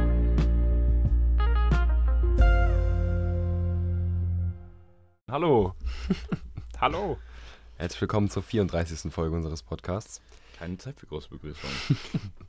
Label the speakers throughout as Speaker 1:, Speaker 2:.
Speaker 1: Hallo. Hallo.
Speaker 2: Herzlich willkommen zur 34. Folge unseres Podcasts.
Speaker 3: Keine Zeit für große Begrüßung.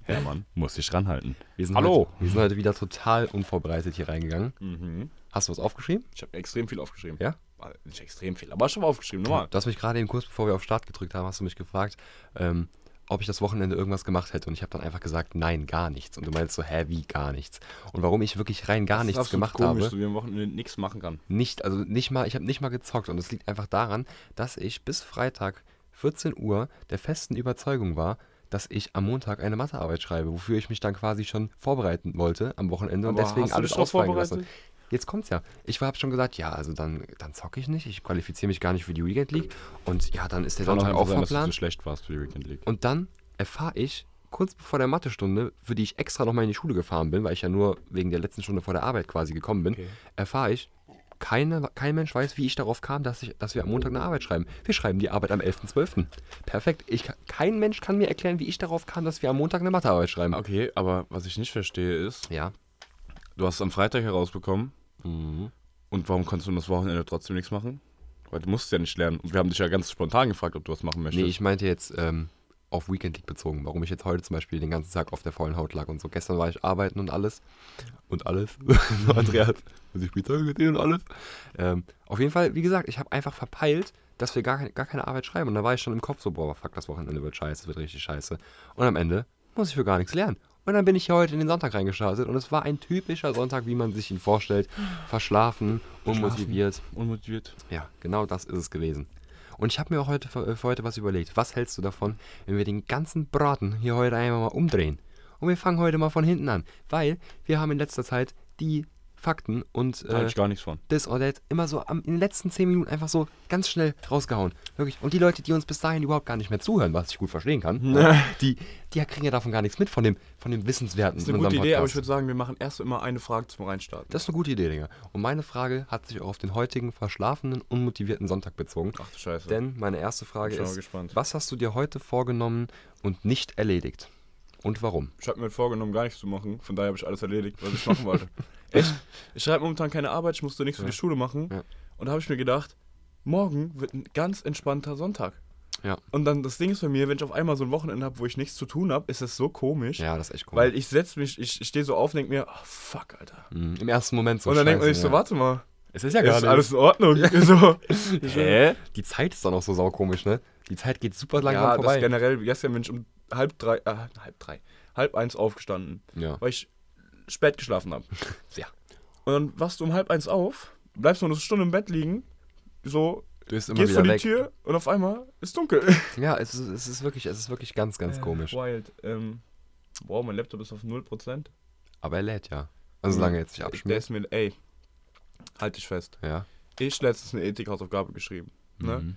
Speaker 3: Hermann, muss dich ranhalten.
Speaker 2: Wir sind
Speaker 1: Hallo.
Speaker 2: Heute, wir sind heute wieder total unvorbereitet hier reingegangen. Hast du was aufgeschrieben?
Speaker 3: Mhm. Ich habe extrem viel aufgeschrieben.
Speaker 2: Ja?
Speaker 3: Ah, Nicht extrem viel, aber schon mal aufgeschrieben. Normal.
Speaker 2: Du hast mich gerade eben kurz bevor wir auf Start gedrückt haben, hast du mich gefragt, ähm, ob ich das Wochenende irgendwas gemacht hätte. Und ich habe dann einfach gesagt, nein, gar nichts. Und du meinst so, hä, wie gar nichts? Und warum ich wirklich rein gar nichts gemacht
Speaker 3: komisch,
Speaker 2: habe.
Speaker 3: so wie am Wochenende nichts machen kann.
Speaker 2: Nicht, also nicht mal, ich habe nicht mal gezockt. Und es liegt einfach daran, dass ich bis Freitag 14 Uhr der festen Überzeugung war, dass ich am Montag eine Mathearbeit schreibe, wofür ich mich dann quasi schon vorbereiten wollte am Wochenende und
Speaker 3: Aber
Speaker 2: deswegen
Speaker 3: hast du
Speaker 2: alles
Speaker 3: dich drauf
Speaker 2: ausfallen lassen.
Speaker 3: vorbereitet?
Speaker 2: Jetzt kommt's ja. Ich habe schon gesagt, ja, also dann, dann zocke ich nicht, ich qualifiziere mich gar nicht für die Weekend League und ja, dann ist der Sonntag auch
Speaker 3: dass du so
Speaker 2: verplant.
Speaker 3: schlecht warst für die Weekend League.
Speaker 2: Und dann erfahre ich, kurz bevor der Mathestunde, für die ich extra nochmal in die Schule gefahren bin, weil ich ja nur wegen der letzten Stunde vor der Arbeit quasi gekommen bin, erfahre ich, keine, kein Mensch weiß, wie ich darauf kam, dass, ich, dass wir am Montag eine Arbeit schreiben. Wir schreiben die Arbeit am 11.12. Perfekt. Ich, kann- kein Mensch kann mir erklären, wie ich darauf kam, dass wir am Montag eine Mathearbeit schreiben.
Speaker 3: Okay, aber was ich nicht verstehe ist,
Speaker 2: Ja.
Speaker 3: du hast es am Freitag herausbekommen. Mhm. Und warum konntest du das Wochenende trotzdem nichts machen? Weil du musst es ja nicht lernen. Und wir haben dich ja ganz spontan gefragt, ob du was machen
Speaker 2: Nee,
Speaker 3: möchtest.
Speaker 2: ich meinte jetzt ähm, auf Weekend League bezogen, warum ich jetzt heute zum Beispiel den ganzen Tag auf der faulen Haut lag und so. Gestern war ich arbeiten und alles. Und alles. so, Andrea hat also Spielzeuge gesehen und alles. Ähm, auf jeden Fall, wie gesagt, ich habe einfach verpeilt, dass wir gar, kein, gar keine Arbeit schreiben. Und da war ich schon im Kopf so, boah, fuck, das Wochenende wird scheiße, wird richtig scheiße. Und am Ende muss ich für gar nichts lernen. Und dann bin ich hier heute in den Sonntag reingestartet und es war ein typischer Sonntag, wie man sich ihn vorstellt. Verschlafen, unmotiviert.
Speaker 3: Unmotiviert.
Speaker 2: Ja, genau das ist es gewesen. Und ich habe mir auch heute für, für heute was überlegt. Was hältst du davon, wenn wir den ganzen Braten hier heute einmal mal umdrehen? Und wir fangen heute mal von hinten an, weil wir haben in letzter Zeit die Fakten und
Speaker 3: Da
Speaker 2: äh,
Speaker 3: hab ich gar nichts von.
Speaker 2: das oder das immer so am, in den letzten 10 Minuten einfach so ganz schnell rausgehauen. Wirklich. Und die Leute, die uns bis dahin überhaupt gar nicht mehr zuhören, was ich gut verstehen kann, die, die kriegen ja davon gar nichts mit, von dem, von dem Wissenswerten.
Speaker 3: Das ist eine gute Idee, aber ich würde sagen, wir machen erst immer eine Frage zum Reinstarten.
Speaker 2: das ist eine gute Idee, Digga. Und meine Frage hat sich auch auf den heutigen verschlafenen, unmotivierten Sonntag bezogen.
Speaker 3: Ach du Scheiße.
Speaker 2: Denn meine erste Frage
Speaker 3: Bin schon mal
Speaker 2: ist,
Speaker 3: gespannt.
Speaker 2: was hast du dir heute vorgenommen und nicht erledigt? Und warum?
Speaker 3: Ich habe mir vorgenommen, gar nichts zu machen. Von daher habe ich alles erledigt, was ich machen wollte. Echt? Ich schreibe momentan keine Arbeit, ich musste nichts für die Schule machen.
Speaker 2: Ja.
Speaker 3: Und da habe ich mir gedacht, morgen wird ein ganz entspannter Sonntag.
Speaker 2: Ja.
Speaker 3: Und dann das Ding ist bei mir, wenn ich auf einmal so ein Wochenende habe, wo ich nichts zu tun habe, ist das so komisch.
Speaker 2: Ja, das ist echt komisch.
Speaker 3: Weil ich setze mich, ich, ich stehe so auf und denke mir, ah, fuck, Alter.
Speaker 2: Mhm, Im ersten Moment so.
Speaker 3: und dann denkt
Speaker 2: scheiße,
Speaker 3: man sich so,
Speaker 2: ja.
Speaker 3: warte mal,
Speaker 2: Es ist ja gar
Speaker 3: ist
Speaker 2: nicht.
Speaker 3: alles in Ordnung? So.
Speaker 2: Hä? Die Zeit ist dann auch so saukomisch, ne? Die Zeit geht super langsam
Speaker 3: Ja, das
Speaker 2: vorbei.
Speaker 3: generell, gestern bin ich um halb drei, äh, halb drei, halb eins aufgestanden,
Speaker 2: Ja.
Speaker 3: weil ich spät geschlafen habe.
Speaker 2: ja.
Speaker 3: Und dann wachst du um halb eins auf, bleibst noch eine Stunde im Bett liegen, so,
Speaker 2: Du bist immer
Speaker 3: gehst vor
Speaker 2: wieder
Speaker 3: die
Speaker 2: weg.
Speaker 3: Tür und auf einmal ist dunkel.
Speaker 2: Ja, es ist, es ist wirklich, es ist wirklich ganz, ganz komisch.
Speaker 3: Wild. Ähm, wow, mein Laptop ist auf 0%.
Speaker 2: Aber er lädt ja. Also solange er jetzt nicht
Speaker 3: Der
Speaker 2: abschmiert.
Speaker 3: ist mir, ey, halt dich fest.
Speaker 2: Ja.
Speaker 3: Ich letztens eine Ethik-Hausaufgabe geschrieben.
Speaker 2: Mhm.
Speaker 3: Ne?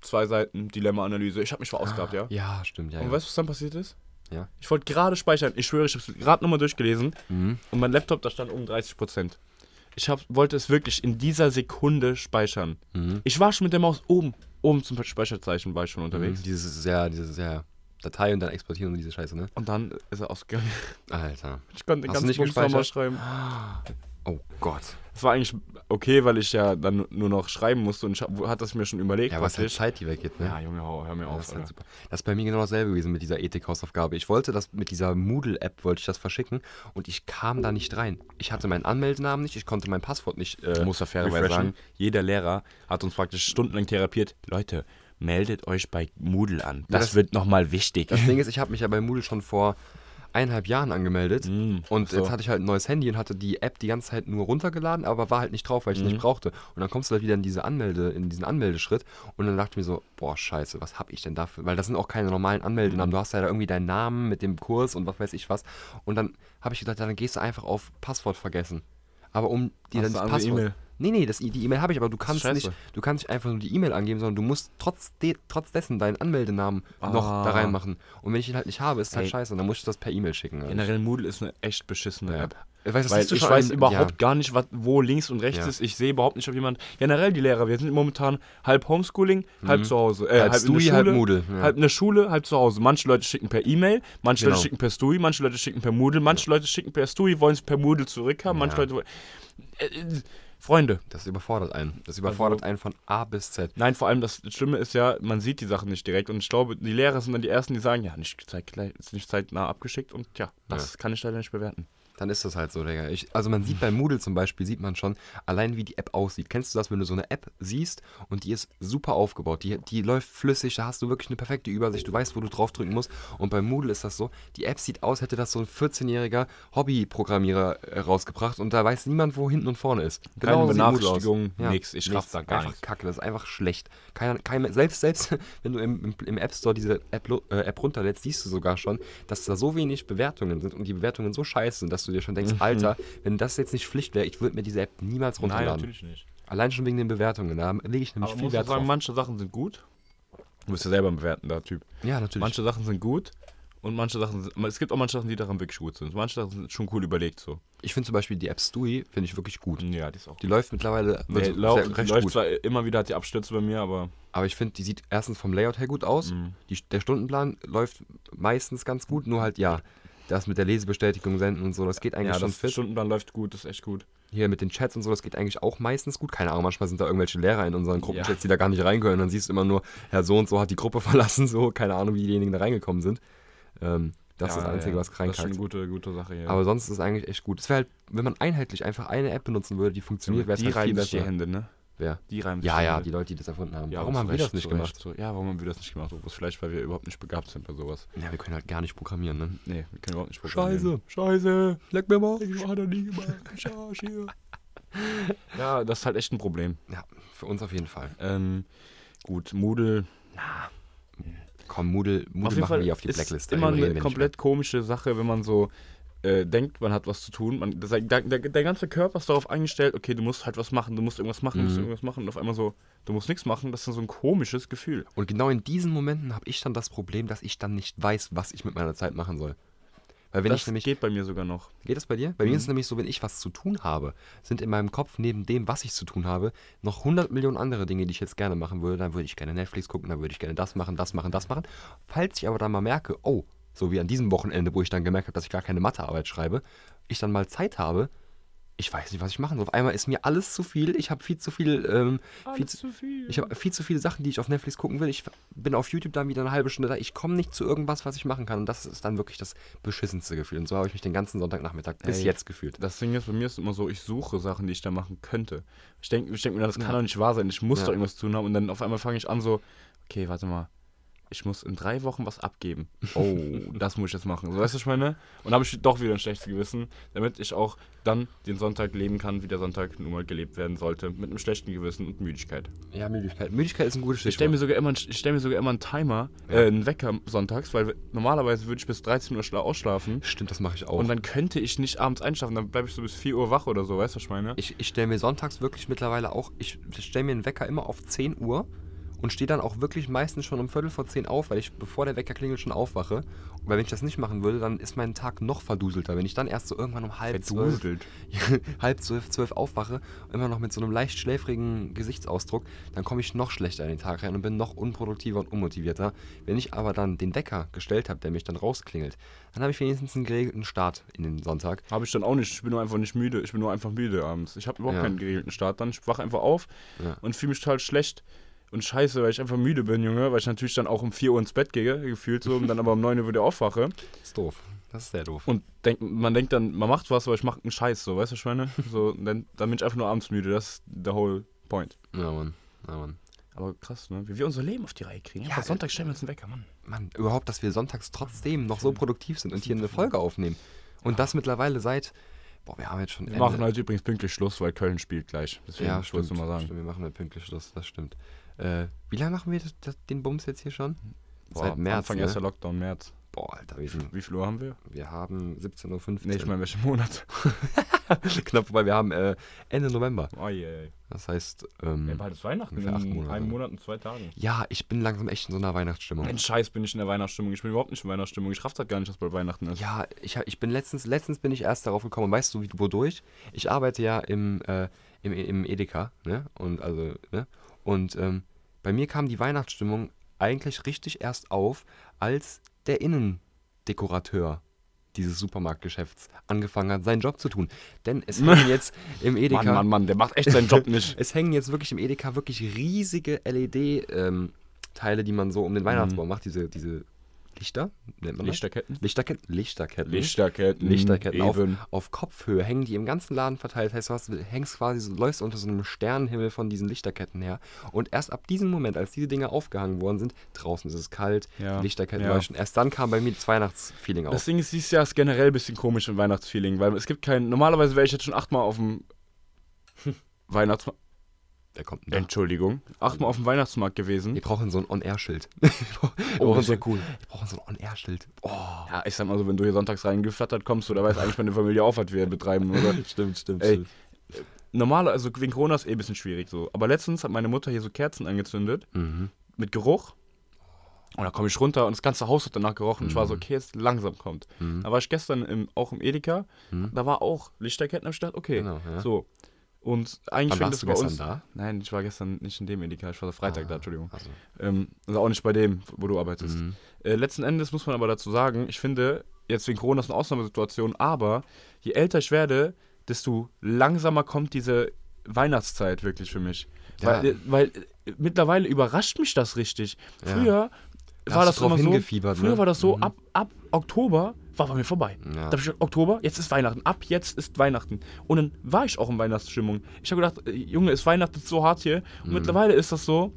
Speaker 3: Zwei Seiten, Dilemma-Analyse. Ich habe mich
Speaker 2: Ah.
Speaker 3: verausgabt, ja.
Speaker 2: Ja, stimmt, ja.
Speaker 3: Und
Speaker 2: ja.
Speaker 3: weißt du, was dann passiert ist?
Speaker 2: Ja.
Speaker 3: Ich wollte gerade speichern. Ich schwöre, ich habe es gerade nochmal durchgelesen.
Speaker 2: Mhm.
Speaker 3: Und mein Laptop, da stand um 30%. Ich hab, wollte es wirklich in dieser Sekunde speichern.
Speaker 2: Mhm.
Speaker 3: Ich war schon mit der Maus oben. Oben zum Speicherzeichen war ich schon unterwegs.
Speaker 2: Mhm, Dieses, ja, dieses, ja. Datei und dann exportieren und diese Scheiße, ne?
Speaker 3: Und dann ist er ausgegangen.
Speaker 2: Alter.
Speaker 3: Ich konnte den
Speaker 2: Hast
Speaker 3: ganzen
Speaker 2: du nicht
Speaker 3: Text nochmal
Speaker 2: gespeichert?
Speaker 3: schreiben.
Speaker 2: Oh Gott.
Speaker 3: Das war eigentlich okay, weil ich ja dann nur noch schreiben musste und ich hab, hatte das mir schon überlegt.
Speaker 2: Ja, was halt
Speaker 3: praktisch.
Speaker 2: Zeit, die weggeht, ne?
Speaker 3: ja Junge, hau- hör mir
Speaker 2: Ja,
Speaker 3: auf.
Speaker 2: das, ist
Speaker 3: Alter.
Speaker 2: halt super. das ist bei mir genau dasselbe gewesen mit dieser Ethik-Hausaufgabe. Ich wollte das mit dieser Moodle-App wollte ich das verschicken und ich kam da nicht rein. Ich hatte meinen Anmeldenamen nicht, ich konnte mein Passwort nicht. Äh,
Speaker 3: Ich muss ja fairerweise
Speaker 2: refreshen.
Speaker 3: sagen, jeder Lehrer hat uns praktisch stundenlang therapiert. Leute, meldet euch bei Moodle an. Das,
Speaker 2: das-
Speaker 3: wird nochmal wichtig.
Speaker 2: Das Ding ist, ich habe mich ja bei Moodle schon vor eineinhalb Jahren angemeldet
Speaker 3: Mm,
Speaker 2: und jetzt hatte ich halt ein neues Handy und hatte die App die ganze Zeit nur runtergeladen, aber war halt nicht drauf, weil ich es
Speaker 3: Mm.
Speaker 2: nicht brauchte. Und dann kommst du halt wieder in diese Anmelde, in diesen Anmeldeschritt und dann dachte ich mir so, boah, scheiße, was habe ich denn dafür? Weil das sind auch keine normalen
Speaker 3: Mm.
Speaker 2: Anmeldenamen. Du hast ja da irgendwie deinen Namen mit dem Kurs und was weiß ich was. Und dann habe ich gedacht, ja, dann gehst du einfach auf Passwort vergessen. Aber um
Speaker 3: Hast du
Speaker 2: dir dann das
Speaker 3: andere
Speaker 2: Passwort.
Speaker 3: E-Mail?
Speaker 2: Nee, nee, das, die E-Mail habe ich, aber du kannst
Speaker 3: Scheiße.
Speaker 2: nicht, du kannst nicht einfach nur die E-Mail angeben, sondern du musst trotz, de, trotz dessen deinen Anmeldenamen noch da
Speaker 3: Ah.
Speaker 2: reinmachen. Und wenn ich ihn halt nicht habe, ist halt
Speaker 3: Ey.
Speaker 2: scheiße. Und dann muss ich das per E-mail schicken. Also.
Speaker 3: Generell Moodle ist eine echt beschissene App.
Speaker 2: Ich weiß, das
Speaker 3: Weil
Speaker 2: hast du
Speaker 3: ich
Speaker 2: schon
Speaker 3: weiß
Speaker 2: im-
Speaker 3: überhaupt
Speaker 2: ja.
Speaker 3: gar nicht, was, wo links und rechts
Speaker 2: Ja.
Speaker 3: ist. Ich sehe überhaupt nicht, ob jemand. Generell die Lehrer, wir sind momentan halb Homeschooling, halb zu Hause. Äh,
Speaker 2: Mhm. Halb
Speaker 3: in der
Speaker 2: Stui, halb
Speaker 3: Schule,
Speaker 2: Moodle, ja.
Speaker 3: Halb in der Schule, halb zu Hause. Manche Leute schicken per E-Mail, manche
Speaker 2: Genau.
Speaker 3: Leute schicken per Stui, manche Leute schicken per Moodle, manche Leute schicken per Stui, wollen es per Moodle zurückhaben, manche
Speaker 2: Ja.
Speaker 3: Leute wollen. Äh, äh, Freunde.
Speaker 2: Das überfordert einen.
Speaker 3: Also-
Speaker 2: Das überfordert einen von A bis Z.
Speaker 3: Nein, vor allem das Schlimme ist ja, man sieht die Sachen nicht direkt. Und ich glaube, die Lehrer sind dann die Ersten, die sagen, ja, nicht, zeit, ist nicht zeitnah abgeschickt. Und ja, das kann ich leider nicht bewerten.
Speaker 2: Dann ist das halt so, Digga. Ich, also man sieht bei Moodle zum Beispiel, sieht man schon, allein wie die App aussieht. Kennst du das, wenn du so eine App siehst und die ist super aufgebaut, die, die läuft flüssig, da hast du wirklich eine perfekte Übersicht, du weißt, wo du draufdrücken musst. Und bei Moodle ist das so, die App sieht aus, hätte das so ein 14-jähriger Hobbyprogrammierer äh, rausgebracht und da weiß niemand, wo hinten und vorne ist.
Speaker 3: Keine
Speaker 2: sieht Moodle aus.
Speaker 3: Benachrichtigung, nix. Ich raff da gar
Speaker 2: einfach
Speaker 3: nichts.
Speaker 2: Kacke, das ist einfach schlecht. Keiner, keiner, selbst, selbst wenn du im, im, im App Store diese App, lo- äh, App runterlädst, siehst du sogar schon, dass da so wenig Bewertungen sind und die Bewertungen so scheiße sind, dass du dir schon denkst, Alter, wenn das jetzt nicht Pflicht wäre, ich würde mir diese App niemals runterladen.
Speaker 3: nicht.
Speaker 2: Allein schon wegen den Bewertungen, da lege ich nämlich
Speaker 3: Aber muss
Speaker 2: viel
Speaker 3: man
Speaker 2: Wert
Speaker 3: sagen,
Speaker 2: drauf.
Speaker 3: manche Sachen sind gut. Du bist ja selber ein bewertender Typ.
Speaker 2: Ja, natürlich.
Speaker 3: Manche Sachen sind gut und manche Sachen sind, es gibt auch manche Sachen, die daran wirklich gut sind. Manche Sachen sind schon cool überlegt so.
Speaker 2: ich finde zum Beispiel die App Stewie, finde ich wirklich gut.
Speaker 3: Ja, die ist auch
Speaker 2: Die läuft mittlerweile
Speaker 3: Nee,
Speaker 2: also
Speaker 3: lau-
Speaker 2: sehr- recht
Speaker 3: läuft
Speaker 2: gut.
Speaker 3: zwar immer wieder, hat die Abstürze bei mir, aber
Speaker 2: Aber ich finde, die sieht erstens vom Layout her gut aus.
Speaker 3: Mhm.
Speaker 2: Die, der Stundenplan läuft meistens ganz gut, nur halt ja. Das mit der Lesebestätigung senden und so, das geht eigentlich
Speaker 3: ja,
Speaker 2: schon
Speaker 3: das
Speaker 2: fit.
Speaker 3: Stundenplan läuft gut, ist echt gut.
Speaker 2: Hier mit den Chats und so, das geht eigentlich auch meistens gut. Keine Ahnung, manchmal sind da irgendwelche Lehrer in unseren Gruppenchats,
Speaker 3: Ja.
Speaker 2: die da gar nicht rein können. Dann siehst du immer nur, Herr so und so hat die Gruppe verlassen, so, keine Ahnung, wie diejenigen da reingekommen sind. Ähm, das ist
Speaker 3: Ja,
Speaker 2: das Einzige,
Speaker 3: ja,
Speaker 2: was
Speaker 3: Das ist schon
Speaker 2: reinkackt.
Speaker 3: eine gute, gute Sache hier.
Speaker 2: Aber sonst ist es eigentlich echt gut. Es wäre halt, wenn man einheitlich einfach eine App benutzen würde, die funktioniert, wäre es
Speaker 3: die
Speaker 2: halt viel
Speaker 3: reiben sich die
Speaker 2: besser.
Speaker 3: Hände, ne?
Speaker 2: Wer?
Speaker 3: Die reiben sich
Speaker 2: Ja,
Speaker 3: die
Speaker 2: ja, die
Speaker 3: Hände.
Speaker 2: Leute, die das erfunden haben.
Speaker 3: Ja,
Speaker 2: Warum
Speaker 3: zu
Speaker 2: haben wir
Speaker 3: Recht,
Speaker 2: das nicht
Speaker 3: zu
Speaker 2: gemacht?
Speaker 3: Recht, zu- Ja, warum haben wir das nicht gemacht? Obwohl, vielleicht, weil wir überhaupt nicht begabt sind bei sowas.
Speaker 2: Ja, wir können halt gar nicht programmieren, ne?
Speaker 3: Nee, wir können überhaupt nicht
Speaker 2: scheiße, leck mir mal.
Speaker 3: Ich war da nie gemacht. Ja, das ist halt echt ein Problem.
Speaker 2: Ja, für uns auf jeden Fall.
Speaker 3: Ähm, gut, Moodle.
Speaker 2: Komm, Moodle, Moodle machen wir auf die Blacklist.
Speaker 3: immer
Speaker 2: darüber reden wir
Speaker 3: eine
Speaker 2: nicht
Speaker 3: komplett komische Sache, wenn man so äh, denkt, man hat was zu tun. Man, das, der, der, der ganze Körper ist darauf eingestellt, okay, du musst halt was machen, du musst irgendwas machen, du musst
Speaker 2: Mhm.
Speaker 3: irgendwas machen. Und auf einmal so, du musst nichts machen, das ist dann so ein komisches Gefühl.
Speaker 2: Und genau in diesen Momenten habe ich dann das Problem, dass ich dann nicht weiß, was ich mit meiner Zeit machen soll. Weil wenn
Speaker 3: das
Speaker 2: ich nämlich.
Speaker 3: geht Mhm. bei mir sogar noch.
Speaker 2: Geht das bei dir? Bei mir ist es nämlich so, wenn ich was zu tun habe, sind in meinem Kopf neben dem, was ich zu tun habe, noch 100 Millionen andere Dinge, die ich jetzt gerne machen würde. Dann würde ich gerne Netflix gucken, dann würde ich gerne das machen, das machen, das machen. Falls ich aber dann mal merke, oh, so wie an diesem Wochenende, wo ich dann gemerkt habe, dass ich gar keine Mathearbeit schreibe, ich dann mal Zeit habe, ich weiß nicht, was ich machen soll. Auf einmal ist mir alles zu viel. Ich habe viel zu viel, ähm, viel zu,
Speaker 3: viel.
Speaker 2: ich habe viel zu viele Sachen, die ich auf Netflix gucken will. Ich bin auf YouTube dann wieder eine halbe Stunde da. Ich komme nicht zu irgendwas, was ich machen kann. Und das ist dann wirklich das beschissenste Gefühl. Und so habe ich mich den ganzen Sonntagnachmittag bis
Speaker 3: Ey.
Speaker 2: jetzt gefühlt.
Speaker 3: Das Ding ist, bei mir ist immer so, ich suche Sachen, die ich da machen könnte. Ich denke ich denk mir, das kann doch nicht wahr sein, ich muss
Speaker 2: Ja.
Speaker 3: doch irgendwas tun haben. Und dann auf einmal fange ich an so, okay, warte mal, ich muss in drei Wochen was abgeben. Oh, das muss ich jetzt machen. So, weißt du, was ich meine? Und habe ich doch wieder ein schlechtes Gewissen, damit ich auch dann den Sonntag leben kann, wie der Sonntag nun mal gelebt werden sollte, mit einem schlechten Gewissen und Müdigkeit.
Speaker 2: Ja, Müdigkeit. Müdigkeit ist ein gutes
Speaker 3: Ich stelle mir
Speaker 2: Stichwort.
Speaker 3: sogar immer, einen- ich stell mir sogar immer einen Timer, äh, einen Wecker sonntags, weil normalerweise würde ich bis 13 Uhr schla ausschlafen.
Speaker 2: Stimmt, das mache ich auch.
Speaker 3: Und dann könnte ich nicht abends einschlafen, dann bleibe ich so bis 4 Uhr wach oder so, weißt du, was ich meine?
Speaker 2: ich ich stelle mir sonntags wirklich mittlerweile auch, ich stelle mir einen Wecker immer auf 10 Uhr und stehe dann auch wirklich meistens schon um Viertel vor 10 auf, weil ich bevor der Wecker klingelt schon aufwache. Und weil wenn ich das nicht machen würde, dann ist mein Tag noch verduselter. Wenn ich dann erst so irgendwann um halb zwölf
Speaker 3: Verduselt.
Speaker 2: halb zwölf, zwölf aufwache, immer noch mit so einem leicht schläfrigen Gesichtsausdruck, dann komme ich noch schlechter in den Tag rein und bin noch unproduktiver und unmotivierter. Wenn ich aber dann den Wecker gestellt habe, der mich dann rausklingelt, dann habe ich wenigstens einen geregelten Start in den Sonntag.
Speaker 3: Habe ich dann auch nicht. Ich bin nur einfach nicht müde. Ich bin nur einfach müde abends. Ich habe überhaupt
Speaker 2: Ja.
Speaker 3: keinen geregelten Start. Dann ich wache einfach auf
Speaker 2: Ja.
Speaker 3: und fühle mich total schlecht und scheiße, weil ich einfach müde bin, Junge. Weil ich natürlich dann auch um 4 Uhr ins Bett gehe, gefühlt so. Und dann aber um 9 Uhr wieder aufwache.
Speaker 2: Das ist doof. Das ist sehr doof.
Speaker 3: Und denk, man denkt dann, man macht was, aber ich mache einen Scheiß, so. Weißt du, was ich meine? So, und dann, dann bin ich einfach nur abends müde. Das ist the whole point.
Speaker 2: Ja, Mann. Ja, Mann.
Speaker 3: Aber krass, ne? Wie wir unser Leben auf die Reihe kriegen. Ja,
Speaker 2: Ja,
Speaker 3: Sonntag stellen wir uns einen Wecker, Mann.
Speaker 2: Mann, überhaupt, dass wir sonntags trotzdem noch so produktiv sind und hier eine Folge aufnehmen. Und das mittlerweile seit, boah, wir haben jetzt schon
Speaker 3: Wir machen heute übrigens pünktlich Schluss, weil Köln spielt gleich. Deswegen
Speaker 2: ja,
Speaker 3: ich wollte
Speaker 2: stimmt,
Speaker 3: es nur mal sagen.
Speaker 2: stimmt, wir machen halt pünktlich Schluss, das stimmt. Äh, wie lange machen wir das, das, den Bums jetzt hier schon?
Speaker 3: Boah,
Speaker 2: Seit März,
Speaker 3: Anfang
Speaker 2: ne?
Speaker 3: erster Lockdown, März.
Speaker 2: Boah, Alter, wir sind
Speaker 3: Wie viel Uhr haben wir?
Speaker 2: Wir haben 17.15 Uhr.
Speaker 3: Nee, ich meine, welchen Monat?
Speaker 2: knapp vorbei. Wir haben äh, Ende November.
Speaker 3: Oh je, je.
Speaker 2: Das heißt,
Speaker 3: Ey,
Speaker 2: ähm,
Speaker 3: bald ist Weihnachten
Speaker 2: Ungefähr acht
Speaker 3: in
Speaker 2: Monate.
Speaker 3: einem Monat und zwei Tagen.
Speaker 2: ja, ich bin langsam echt in so einer Weihnachtsstimmung.
Speaker 3: Mensch, scheiß bin ich in der Weihnachtsstimmung. Ich bin überhaupt nicht in Weihnachtsstimmung. Ich raff das gar nicht, dass bald Weihnachten ist.
Speaker 2: Ja, ich, hab- ich bin letztens, letztens bin ich erst darauf gekommen, Und weißt du, wie, wodurch? Ich arbeite ja im, äh, im, im Edeka, ne? Und also, ne? Und ähm, bei mir kam die Weihnachtsstimmung eigentlich richtig erst auf, als der Innendekorateur dieses Supermarktgeschäfts angefangen hat, seinen Job zu tun. Denn es hängen jetzt im Edeka.
Speaker 3: Mann, Mann, Mann, der macht echt seinen Job nicht.
Speaker 2: Es hängen jetzt wirklich im Edeka wirklich riesige E LED-Teile, ähm, die man so um den
Speaker 3: Mhm.
Speaker 2: Weihnachtsbaum macht, diese, diese Lichter, nennt man das?
Speaker 3: Lichterketten?
Speaker 2: Lichterketten, Lichterketten.
Speaker 3: Lichterketten.
Speaker 2: Lichterketten auf,
Speaker 3: Mhm, Eben.
Speaker 2: auf Kopfhöhe hängen die im ganzen Laden verteilt. Heißt, du hast, hängst quasi, so, läufst unter so einem Sternenhimmel von diesen Lichterketten her. Und erst ab diesem Moment, als diese Dinger aufgehangen worden sind, draußen ist es kalt,
Speaker 3: Ja.
Speaker 2: die Lichterketten
Speaker 3: Ja.
Speaker 2: leuchten. Erst dann kam bei mir das Weihnachtsfeeling auf.
Speaker 3: Das Ding ist, dieses Jahr ist generell ein bisschen komisch im Weihnachtsfeeling, weil es gibt kein. Normalerweise wäre ich jetzt schon achtmal auf dem Weihnachtsmarkt.
Speaker 2: Wer kommt denn da?
Speaker 3: Entschuldigung. Achtmal auf dem Weihnachtsmarkt gewesen.
Speaker 2: Wir brauchen so ein On-Air-Schild. Wir brauchen so-
Speaker 3: Oh, cool.
Speaker 2: wir brauchen so ein On-Air-Schild. Oh,
Speaker 3: Ja, ich sag mal so, wenn du hier sonntags reingeflattert kommst, oder weiß eigentlich meine Familie auf, was wir betreiben, oder?
Speaker 2: stimmt, stimmt,
Speaker 3: Ey,
Speaker 2: stimmt.
Speaker 3: Normal, also wegen Corona ist eh ein bisschen schwierig so. Aber letztens hat meine Mutter hier so Kerzen angezündet.
Speaker 2: Mhm.
Speaker 3: mit Geruch. Und da komme ich runter und das ganze Haus hat danach gerochen. Ich war
Speaker 2: Mhm.
Speaker 3: so, okay, jetzt langsam kommt. Da war ich gestern im, auch im Edeka. Da war auch Lichterketten am Start. Okay,
Speaker 2: Mhm. Genau, ja.
Speaker 3: so. Und eigentlich
Speaker 2: Wann
Speaker 3: fing
Speaker 2: warst
Speaker 3: das
Speaker 2: du
Speaker 3: bei
Speaker 2: gestern
Speaker 3: uns.
Speaker 2: da?
Speaker 3: Nein, ich war gestern nicht in dem Edeka. Ich war Freitag da, Entschuldigung.
Speaker 2: Also, Mhm.
Speaker 3: Ähm, also auch nicht bei dem, wo du arbeitest. Äh, letzten Endes muss man aber dazu sagen, ich finde, jetzt wegen Corona ist eine Ausnahmesituation, aber je älter ich werde, desto langsamer kommt diese Weihnachtszeit wirklich für mich.
Speaker 2: Ja.
Speaker 3: Weil, äh, weil äh, mittlerweile überrascht mich das richtig.
Speaker 2: Ja.
Speaker 3: Früher
Speaker 2: Da
Speaker 3: war
Speaker 2: hast
Speaker 3: das
Speaker 2: du drauf
Speaker 3: immer so.
Speaker 2: hingefiebert,
Speaker 3: früher
Speaker 2: ne?
Speaker 3: war das so, ab, ab Oktober war bei mir vorbei.
Speaker 2: Ja.
Speaker 3: Da hab ich gesagt, Oktober, jetzt ist Weihnachten. Ab jetzt ist Weihnachten. Und dann war ich auch in Weihnachtsstimmung. Ich habe gedacht, äh, Junge, ist Weihnachten so hart hier.
Speaker 2: Mhm.
Speaker 3: Und mittlerweile ist das so,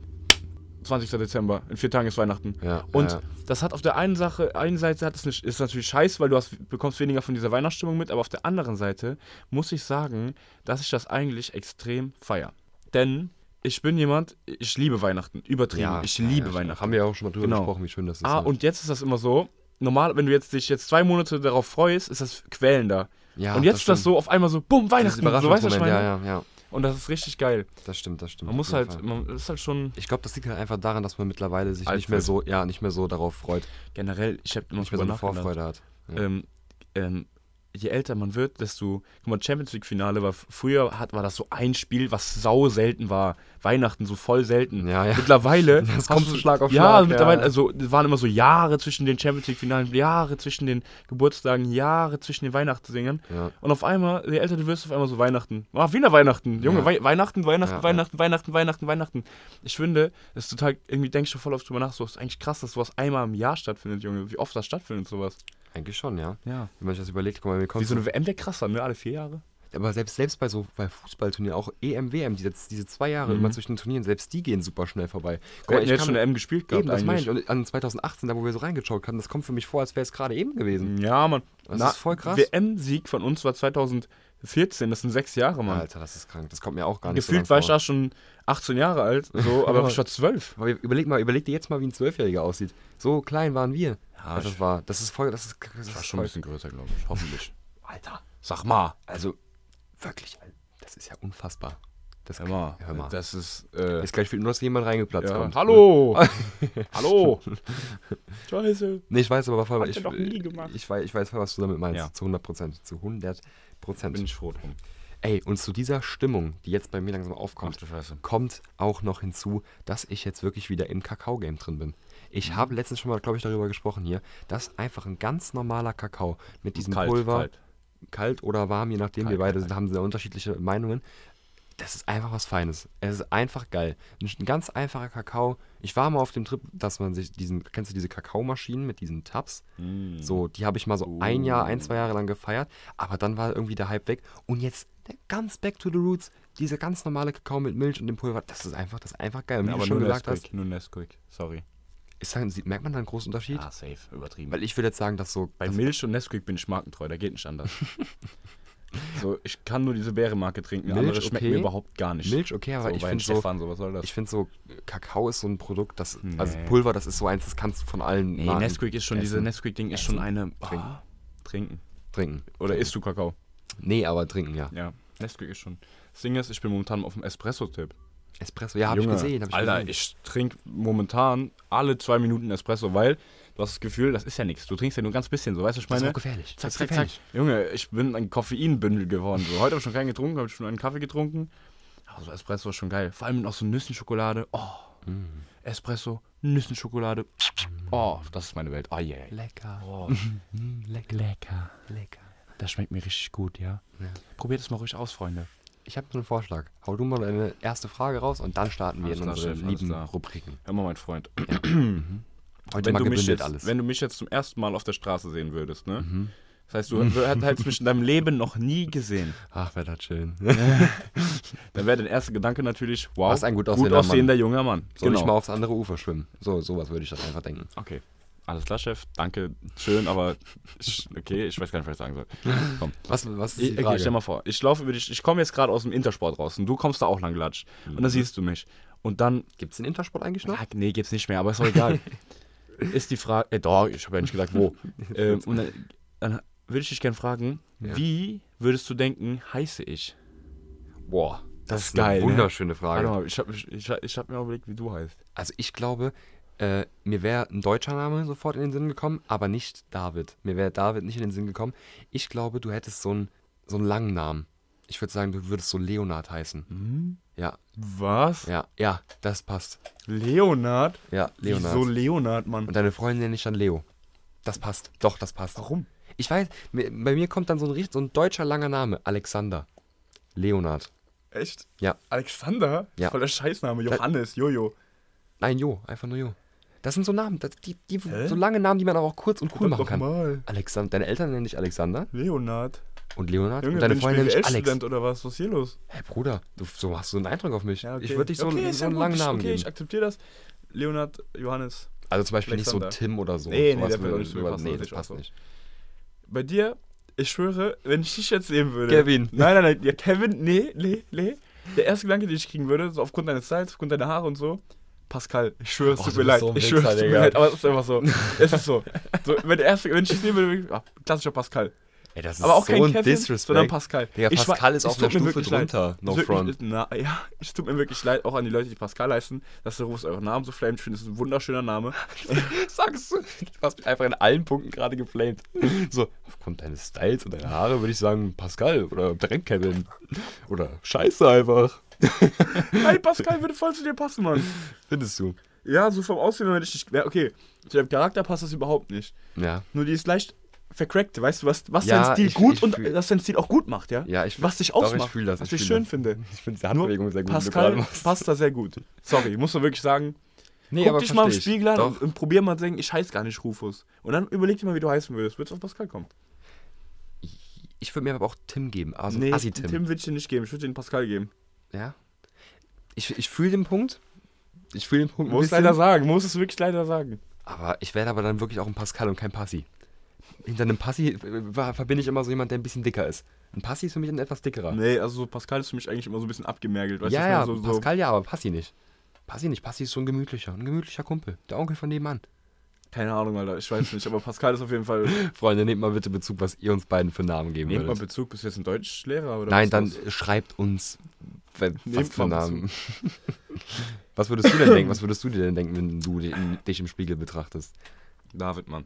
Speaker 3: 20. Dezember, in vier Tagen ist Weihnachten.
Speaker 2: Ja,
Speaker 3: und
Speaker 2: ja.
Speaker 3: das hat auf der einen Sache, einen Seite hat es nicht, ist natürlich scheiße, weil du hast, bekommst weniger von dieser Weihnachtsstimmung mit, aber auf der anderen Seite muss ich sagen, dass ich das eigentlich extrem feier. Denn ich bin jemand, ich liebe Weihnachten, übertrieben. ich liebe
Speaker 2: ja,
Speaker 3: Weihnachten.
Speaker 2: Haben wir ja auch schon mal drüber
Speaker 3: Genau.
Speaker 2: gesprochen, wie schön das ist.
Speaker 3: ah,
Speaker 2: ne?
Speaker 3: und jetzt ist das immer so, normal, wenn du jetzt dich jetzt zwei Monate darauf freust, ist das quälender.
Speaker 2: Ja,
Speaker 3: und jetzt ist das
Speaker 2: stimmt.
Speaker 3: so auf einmal so, bumm,
Speaker 2: Dieses
Speaker 3: Weihnachten, so weißt du, was ich
Speaker 2: Überraschungsmoment,
Speaker 3: meine?
Speaker 2: ja, ja, ja.
Speaker 3: Und das ist richtig geil.
Speaker 2: Das stimmt, das stimmt.
Speaker 3: Man
Speaker 2: auf
Speaker 3: muss
Speaker 2: jeden
Speaker 3: halt,
Speaker 2: Fall.
Speaker 3: man das ist halt schon
Speaker 2: Ich glaube, das liegt halt einfach daran, dass man mittlerweile sich
Speaker 3: Alt
Speaker 2: nicht mehr
Speaker 3: wird.
Speaker 2: so, ja, nicht mehr so darauf freut,
Speaker 3: generell, ich habe immer
Speaker 2: nicht mehr so
Speaker 3: drüber
Speaker 2: eine
Speaker 3: nachgedacht.
Speaker 2: Vorfreude hat. Ja.
Speaker 3: ähm, ähm, je älter man wird, desto. Guck mal, Champions League-Finale war f- früher hat, war das so ein Spiel, was sau selten war. Weihnachten so voll selten.
Speaker 2: Ja, ja.
Speaker 3: Mittlerweile.
Speaker 2: Das
Speaker 3: hast
Speaker 2: kommt
Speaker 3: du-
Speaker 2: so Schlag auf
Speaker 3: Ja,
Speaker 2: Schlag,
Speaker 3: mittlerweile,
Speaker 2: ja.
Speaker 3: also es waren immer so Jahre zwischen den Champions League-Finalen, Jahre zwischen den Geburtstagen, Jahre zwischen den Weihnachtssingern.
Speaker 2: Ja.
Speaker 3: Und auf einmal, je älter du wirst, auf einmal so Weihnachten. Ah, Wiener Weihnachten. Junge,
Speaker 2: Ja.
Speaker 3: Wei Weihnachten, Weihnachten,
Speaker 2: Ja, ja.
Speaker 3: Weihnachten, Weihnachten, Weihnachten, Weihnachten. Ich finde, es ist total, irgendwie denkst du voll oft drüber nach, so ist eigentlich krass, dass sowas einmal im Jahr stattfindet, Junge. Wie oft das stattfindet, sowas.
Speaker 2: Eigentlich schon, ja.
Speaker 3: Ja.
Speaker 2: Wenn man sich das überlegt, guck mal, mir
Speaker 3: Wie
Speaker 2: kommt
Speaker 3: so eine WM wäre krasser, ne? Alle vier Jahre.
Speaker 2: aber selbst, selbst bei so bei Fußballturnieren, auch E EM, WM, diese, diese zwei Jahre immer zwischen den Turnieren, selbst die gehen super schnell vorbei.
Speaker 3: Mhm.
Speaker 2: Guck
Speaker 3: Wir
Speaker 2: mal,
Speaker 3: hätten jetzt schon eine M gespielt gehabt
Speaker 2: Eben, das meine
Speaker 3: eigentlich.
Speaker 2: ich. Und an 2018, da wo wir so reingeschaut haben, das kommt für mich vor, als wäre es gerade eben gewesen.
Speaker 3: ja, Mann.
Speaker 2: Das ist voll krass.
Speaker 3: WM-Sieg von uns war 2014, das sind sechs Jahre, Mann.
Speaker 2: Alter, das ist krank. Das kommt mir auch gar nicht
Speaker 3: Gefühlt
Speaker 2: so
Speaker 3: war
Speaker 2: lang
Speaker 3: ich
Speaker 2: vor.
Speaker 3: da schon 18 Jahre alt, so, aber ich war zwölf.
Speaker 2: Aber überleg mal, überleg dir jetzt mal, wie ein Zwölfjähriger aussieht. So klein waren wir.
Speaker 3: Ja,
Speaker 2: als das
Speaker 3: ich-
Speaker 2: war. Das ist voll, das ist, das ist voll,
Speaker 3: bisschen größer, glaube ich. Hoffentlich.
Speaker 2: Alter.
Speaker 3: Sag mal.
Speaker 2: Also, wirklich, das ist ja unfassbar. Das
Speaker 3: Hör mal.
Speaker 2: Hör mal.
Speaker 3: Das ist. Äh,
Speaker 2: Jetzt gleich fehlt nur, dass jemand reingeplatzt
Speaker 3: ja.
Speaker 2: kommt.
Speaker 3: Hallo! Hallo! Scheiße.
Speaker 2: Nee, ich weiß aber voll,
Speaker 3: Hat
Speaker 2: ich,
Speaker 3: er doch nie gemacht.
Speaker 2: ich, weiß, ich weiß voll, was du damit meinst.
Speaker 3: Ja.
Speaker 2: Zu 100 Prozent. Zu 100
Speaker 3: Bin
Speaker 2: Prozent.
Speaker 3: ich froh drum.
Speaker 2: Ey, und zu dieser Stimmung, die jetzt bei mir langsam aufkommt,
Speaker 3: Scheiße.
Speaker 2: kommt auch noch hinzu, dass ich jetzt wirklich wieder im Kakao-Game drin bin.
Speaker 3: Mhm.
Speaker 2: Ich habe letztens schon mal, glaube ich, darüber gesprochen hier, dass einfach ein ganz normaler Kakao mit diesem
Speaker 3: Kalt,
Speaker 2: Pulver,
Speaker 3: kalt.
Speaker 2: kalt. oder warm, je nachdem, wir
Speaker 3: Kalt,
Speaker 2: beide
Speaker 3: kalt,
Speaker 2: sind, haben da unterschiedliche Meinungen. Das ist einfach was Feines. Es ist einfach geil. Ein sch- ein ganz einfacher Kakao. Ich war mal auf dem Trip, dass man sich diesen, kennst du diese Kakaomaschinen mit diesen Tabs?
Speaker 3: Mm.
Speaker 2: So, die habe ich mal so ein Jahr, ein, zwei Jahre lang gefeiert, aber dann war irgendwie der Hype weg. Und jetzt der ganz back to the roots, dieser ganz normale Kakao mit Milch und dem Pulver, das ist einfach, das ist einfach geil. Und wie
Speaker 3: Aber
Speaker 2: du schon
Speaker 3: nur
Speaker 2: gesagt
Speaker 3: Nesquik.
Speaker 2: hast,
Speaker 3: Nur Nesquik. Sorry.
Speaker 2: ist, da- sieht- merkt man da einen großen Unterschied?
Speaker 3: Ah, safe. Übertrieben.
Speaker 2: Weil ich würde jetzt sagen, dass so.
Speaker 3: Bei Milch und Nesquik bin ich markentreu, da geht nicht anders. so, ich kann nur diese Bärenmarke trinken,
Speaker 2: Milch,
Speaker 3: andere schmecken mir
Speaker 2: okay.
Speaker 3: überhaupt gar nicht.
Speaker 2: Milch, okay, aber
Speaker 3: so,
Speaker 2: ich
Speaker 3: Wein
Speaker 2: finde so.
Speaker 3: Stefan, so, was soll das?
Speaker 2: Ich finde so, Kakao ist so ein Produkt, das. Also
Speaker 3: Nee.
Speaker 2: Pulver, das ist so eins, das kannst du von allen.
Speaker 3: nee,
Speaker 2: Marken
Speaker 3: Nesquik ist schon, diese
Speaker 2: essen.
Speaker 3: Nesquik-Ding ist schon eine...
Speaker 2: Trinken.
Speaker 3: Ah, trinken.
Speaker 2: Trinken.
Speaker 3: Oder isst du Kakao?
Speaker 2: Nee, aber trinken, ja.
Speaker 3: Ja, Nesquik ist schon... Das Ding ist, ich bin momentan auf dem Espresso-Tipp.
Speaker 2: Espresso, ja, habe ich
Speaker 3: Junge,
Speaker 2: gesehen. Hab ich
Speaker 3: Alter,
Speaker 2: gesehen.
Speaker 3: ich trinke momentan alle zwei Minuten Espresso, weil du hast das Gefühl, das ist ja nichts. Du trinkst ja nur ganz bisschen, so weißt du, was ich
Speaker 2: Das
Speaker 3: meine...
Speaker 2: ist auch gefährlich.
Speaker 3: Zack,
Speaker 2: Das ist
Speaker 3: zack, zack.
Speaker 2: gefährlich.
Speaker 3: Junge, ich bin ein Koffeinbündel geworden. So. Heute habe ich schon keinen getrunken,
Speaker 2: Mm.
Speaker 3: habe ich schon einen Kaffee getrunken. Aber so Espresso ist schon geil. Vor allem mit noch so Nüssenschokolade. Oh. Espresso, Nüssenschokolade. Oh, das ist meine Welt. Oh, yeah.
Speaker 2: Lecker.
Speaker 3: Oh,
Speaker 2: lecker.
Speaker 3: lecker.
Speaker 2: Lecker.
Speaker 3: Das schmeckt mir richtig gut, ja.
Speaker 2: Ja.
Speaker 3: Probiert es mal ruhig aus, Freunde.
Speaker 2: Ich habe einen Vorschlag. Hau du mal deine erste Frage raus und dann starten wir
Speaker 3: Alles
Speaker 2: in
Speaker 3: klar,
Speaker 2: unsere
Speaker 3: Chef, alles
Speaker 2: lieben
Speaker 3: klar.
Speaker 2: Rubriken.
Speaker 3: Hör mal, mein Freund.
Speaker 2: Heute
Speaker 3: wenn
Speaker 2: mal
Speaker 3: du, mich
Speaker 2: gebündelt
Speaker 3: jetzt,
Speaker 2: alles. Mhm.
Speaker 3: wenn du mich jetzt zum ersten Mal auf der Straße sehen würdest, ne? Das heißt, du hätt- hättest mich in deinem Leben noch nie gesehen.
Speaker 2: Ach, wäre das schön.
Speaker 3: Dann wäre dein erster Gedanke natürlich, wow,
Speaker 2: Was ein gut
Speaker 3: gut
Speaker 2: aussehender
Speaker 3: aussehender junger Mann. Genau.
Speaker 2: Soll ich mal aufs andere Ufer schwimmen? So, sowas würde ich das einfach denken.
Speaker 3: Okay. Alles klar, Chef. Danke. Schön, aber ich, okay, ich weiß gar nicht, was ich sagen soll. Komm.
Speaker 2: Was, was ist
Speaker 3: Ich,
Speaker 2: die
Speaker 3: okay, stell
Speaker 2: Frage?
Speaker 3: mal vor, ich laufe über dich, ich komme jetzt gerade aus dem Intersport raus und du kommst da auch lang gelatscht.
Speaker 2: Mhm.
Speaker 3: Und dann siehst du mich. Und dann,
Speaker 2: Gibt es den Intersport eigentlich noch?
Speaker 3: ah, nee, gibt's nicht mehr, aber ist auch egal. ist die Frage, äh, doch, ich habe ja nicht gesagt, wo. ähm, und dann, dann würde ich dich gerne fragen, wie würdest du denken, heiße ich?
Speaker 2: Boah, das,
Speaker 3: ist
Speaker 2: eine
Speaker 3: geil, ne?
Speaker 2: wunderschöne Frage.
Speaker 3: Warte mal, ich habe ich, ich, ich hab mir auch überlegt, wie du heißt.
Speaker 2: Also ich glaube, äh, mir wäre ein deutscher Name sofort in den Sinn gekommen, aber nicht David. Mir wäre David nicht in den Sinn gekommen. Ich glaube, du hättest so einen, so einen langen Namen. Ich würde sagen, du würdest so Leonard heißen.
Speaker 3: Mhm.
Speaker 2: Ja,
Speaker 3: Was?
Speaker 2: ja, ja, das passt.
Speaker 3: Leonard?
Speaker 2: Ja, Leonard.
Speaker 3: Wieso Leonard, Mann?
Speaker 2: Und deine Freundin nenne ich dann Leo. Das passt. Doch, das passt.
Speaker 3: Warum?
Speaker 2: Ich weiß, mir, bei mir kommt dann so ein, richt- so ein deutscher langer Name. Alexander. Leonard.
Speaker 3: Echt?
Speaker 2: Ja.
Speaker 3: Alexander?
Speaker 2: Ja.
Speaker 3: Voll der Scheißname. Johannes, Jojo.
Speaker 2: Nein, Jo. Einfach nur Jo. Das sind so Namen, das, die, die,
Speaker 3: Hä?
Speaker 2: so lange Namen, die man aber auch kurz und cool
Speaker 3: Doch
Speaker 2: machen kann.
Speaker 3: mal.
Speaker 2: Alexander, deine Eltern nennen dich Alexander
Speaker 3: Leonard.
Speaker 2: und Leonard
Speaker 3: Junge,
Speaker 2: und deine
Speaker 3: bin
Speaker 2: Freundin
Speaker 3: ich
Speaker 2: nennt dich Alex.
Speaker 3: BWL-Student oder was? Was ist hier los?
Speaker 2: Hey Bruder, du so hast du einen Eindruck auf mich.
Speaker 3: Ja, okay.
Speaker 2: Ich würde dich so,
Speaker 3: Okay,
Speaker 2: einen-
Speaker 3: ist
Speaker 2: so
Speaker 3: ja
Speaker 2: einen
Speaker 3: gut.
Speaker 2: langen
Speaker 3: Ich-
Speaker 2: Namen
Speaker 3: Okay, ich
Speaker 2: geben.
Speaker 3: akzeptiere das. Leonard, Johannes.
Speaker 2: Also zum Beispiel nicht
Speaker 3: Alexander.
Speaker 2: so Tim oder so.
Speaker 3: Nee, nee, der
Speaker 2: Sowas
Speaker 3: wird
Speaker 2: würde-
Speaker 3: auch nicht so
Speaker 2: würde-
Speaker 3: passen,
Speaker 2: Nee,
Speaker 3: das
Speaker 2: das
Speaker 3: sehe ich
Speaker 2: passt
Speaker 3: auch so.
Speaker 2: nicht.
Speaker 3: Bei dir, ich schwöre, wenn ich dich jetzt sehen würde.
Speaker 2: Kevin.
Speaker 3: Nein, nein, nein. Ja, Kevin, nee, nee, nee. Der erste Gedanke, den ich kriegen würde, so aufgrund deines Styles, aufgrund deiner Haare und so. Pascal, ich schwöre, es
Speaker 2: Oh,
Speaker 3: tut
Speaker 2: du
Speaker 3: mir
Speaker 2: bist
Speaker 3: leid.
Speaker 2: so ein
Speaker 3: ich schwöre, es
Speaker 2: Wichser,
Speaker 3: tut mir
Speaker 2: Digga.
Speaker 3: leid, aber es ist einfach so. es ist so. so wenn, der erste, wenn ich dich sehen würde, würde ich, ah, klassischer Pascal.
Speaker 2: Ey, das ist
Speaker 3: Aber auch
Speaker 2: so
Speaker 3: kein
Speaker 2: ein
Speaker 3: Kevin,
Speaker 2: Disrespect.
Speaker 3: sondern Pascal.
Speaker 2: Digga,
Speaker 3: Ich schwa-
Speaker 2: Pascal
Speaker 3: es
Speaker 2: ist auf einer
Speaker 3: tut mir
Speaker 2: Stufe
Speaker 3: wirklich leid.
Speaker 2: drunter. No
Speaker 3: Es wirklich-
Speaker 2: front.
Speaker 3: Na, ja, es tut mir wirklich leid, auch an die Leute, die Pascal leisten, dass der Rufus euren Namen so flamed. Ich finde, das ist ein wunderschöner Name.
Speaker 2: Sagst du, du hast mich einfach in allen Punkten gerade geflamed. So, aufgrund deines Styles und deiner Haare würde ich sagen Pascal oder direkt Kevin. Oder Scheiße einfach.
Speaker 3: Nein, Pascal würde voll zu dir passen, Mann.
Speaker 2: Findest du?
Speaker 3: Ja, so vom Aussehen her hätte ich nicht. Ja, okay, zu deinem Charakter passt das überhaupt nicht.
Speaker 2: Ja.
Speaker 3: Nur die ist leicht vercrackt, weißt du, was, was
Speaker 2: Ja,
Speaker 3: dein Stil
Speaker 2: ich-
Speaker 3: gut
Speaker 2: ich
Speaker 3: und
Speaker 2: fühl-
Speaker 3: dass dein Stil auch gut macht, ja?
Speaker 2: Ja, ich-
Speaker 3: was dich
Speaker 2: doch, ich
Speaker 3: ausmacht,
Speaker 2: fühl das,
Speaker 3: was
Speaker 2: ich
Speaker 3: ich,
Speaker 2: fühl
Speaker 3: schön
Speaker 2: das.
Speaker 3: finde.
Speaker 2: Ich finde die
Speaker 3: Nur
Speaker 2: Handbewegung sehr gut.
Speaker 3: Pascal passt da sehr gut. Sorry, muss man wirklich sagen.
Speaker 2: Nee,
Speaker 3: Guck dich mal im Spiegel an
Speaker 2: Doch,
Speaker 3: und, und probier mal zu denken, ich heiße gar nicht Rufus. Und dann überleg dir mal, wie du heißen würdest. Würdest du auf Pascal kommen?
Speaker 2: ich würde mir aber auch Tim geben. Also nee,
Speaker 3: Tim,
Speaker 2: Assi-Tim.
Speaker 3: würde ich dir nicht geben. Ich würde dir den Pascal geben.
Speaker 2: Ja. Ich, ich fühle den Punkt. Ich fühle den Punkt ein
Speaker 3: Muss
Speaker 2: bisschen.
Speaker 3: leider sagen. Muss es wirklich leider sagen.
Speaker 2: Aber ich werde aber dann wirklich auch ein Pascal und kein Passi. Hinter einem Passi äh, war- verbinde ich immer so jemand, der ein bisschen dicker ist. Ein Passi ist für mich ein etwas dickerer.
Speaker 3: Nee, also so Pascal ist für mich eigentlich immer so ein bisschen abgemergelt. Weißt
Speaker 2: ja,
Speaker 3: du,
Speaker 2: ja,
Speaker 3: was ich meine? so, so,
Speaker 2: Pascal ja, aber Passi nicht. Passi nicht, Passi ist so ein gemütlicher, ein gemütlicher Kumpel. Der Onkel von nebenan.
Speaker 3: Keine Ahnung, Alter. Ich weiß nicht. Aber Pascal ist auf jeden Fall.
Speaker 2: Freunde, nehmt mal bitte Bezug, was ihr uns beiden für Namen geben
Speaker 3: Nehmt mal
Speaker 2: würdet.
Speaker 3: Bezug. Bist du jetzt ein Deutschlehrer oder
Speaker 2: Nein,
Speaker 3: was
Speaker 2: dann
Speaker 3: ist
Speaker 2: schreibt uns, we- was
Speaker 3: Nehmt
Speaker 2: für
Speaker 3: mal
Speaker 2: Namen. was würdest du denn denken? Was würdest du dir denn denken, wenn du di- dich im Spiegel betrachtest?
Speaker 3: das? David, Mann.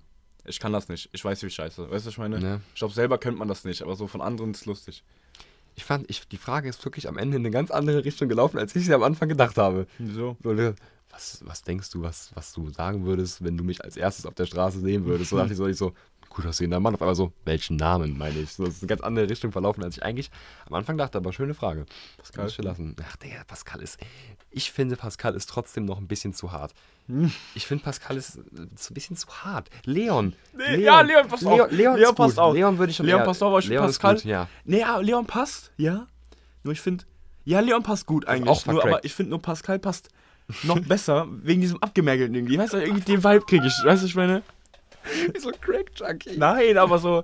Speaker 3: Ich kann das nicht. Ich weiß, wie ich scheiße. Weißt du, was ich meine?
Speaker 2: Ja.
Speaker 3: Ich glaube, selber könnte man das nicht. Aber so von anderen ist lustig.
Speaker 2: Ich fand, ich, die Frage ist wirklich am Ende in eine ganz andere Richtung gelaufen, als ich sie am Anfang gedacht habe.
Speaker 3: Wieso?
Speaker 2: So, ne, was, was denkst du, was, was du sagen würdest, wenn du mich als erstes auf der Straße sehen würdest? So dachte ich so, ich so gut aussehender Mann. Auf einmal so, welchen Namen meine ich? So, das ist eine ganz andere Richtung verlaufen, als ich eigentlich am Anfang dachte. Aber schöne Frage.
Speaker 3: Pascal.
Speaker 2: Muss ich lassen. Ach, Digga, Pascal ist. Ich finde, Pascal ist trotzdem noch ein bisschen zu hart.
Speaker 3: Hm.
Speaker 2: Ich finde, Pascal ist äh, so ein bisschen zu hart. Leon.
Speaker 3: Nee, ja, Leon passt
Speaker 2: Leon,
Speaker 3: auch.
Speaker 2: Leon, ist
Speaker 3: passt
Speaker 2: gut.
Speaker 3: auch.
Speaker 2: Leon würde ich schon
Speaker 3: Leon
Speaker 2: eher-
Speaker 3: passt auch, aber ich
Speaker 2: Leon ist
Speaker 3: Pascal.
Speaker 2: gut, ja.
Speaker 3: Nee, ja, Leon passt, ja. Nur ich finde, ja, Leon passt gut eigentlich.
Speaker 2: auch
Speaker 3: nur,
Speaker 2: vercrackt.
Speaker 3: aber ich finde nur Pascal passt noch besser wegen diesem abgemergelten irgendwie. Weißt du, irgendwie den Vibe kriege ich. Weißt du, was ich meine?
Speaker 2: so Crack-Junkie.
Speaker 3: Nein, aber so.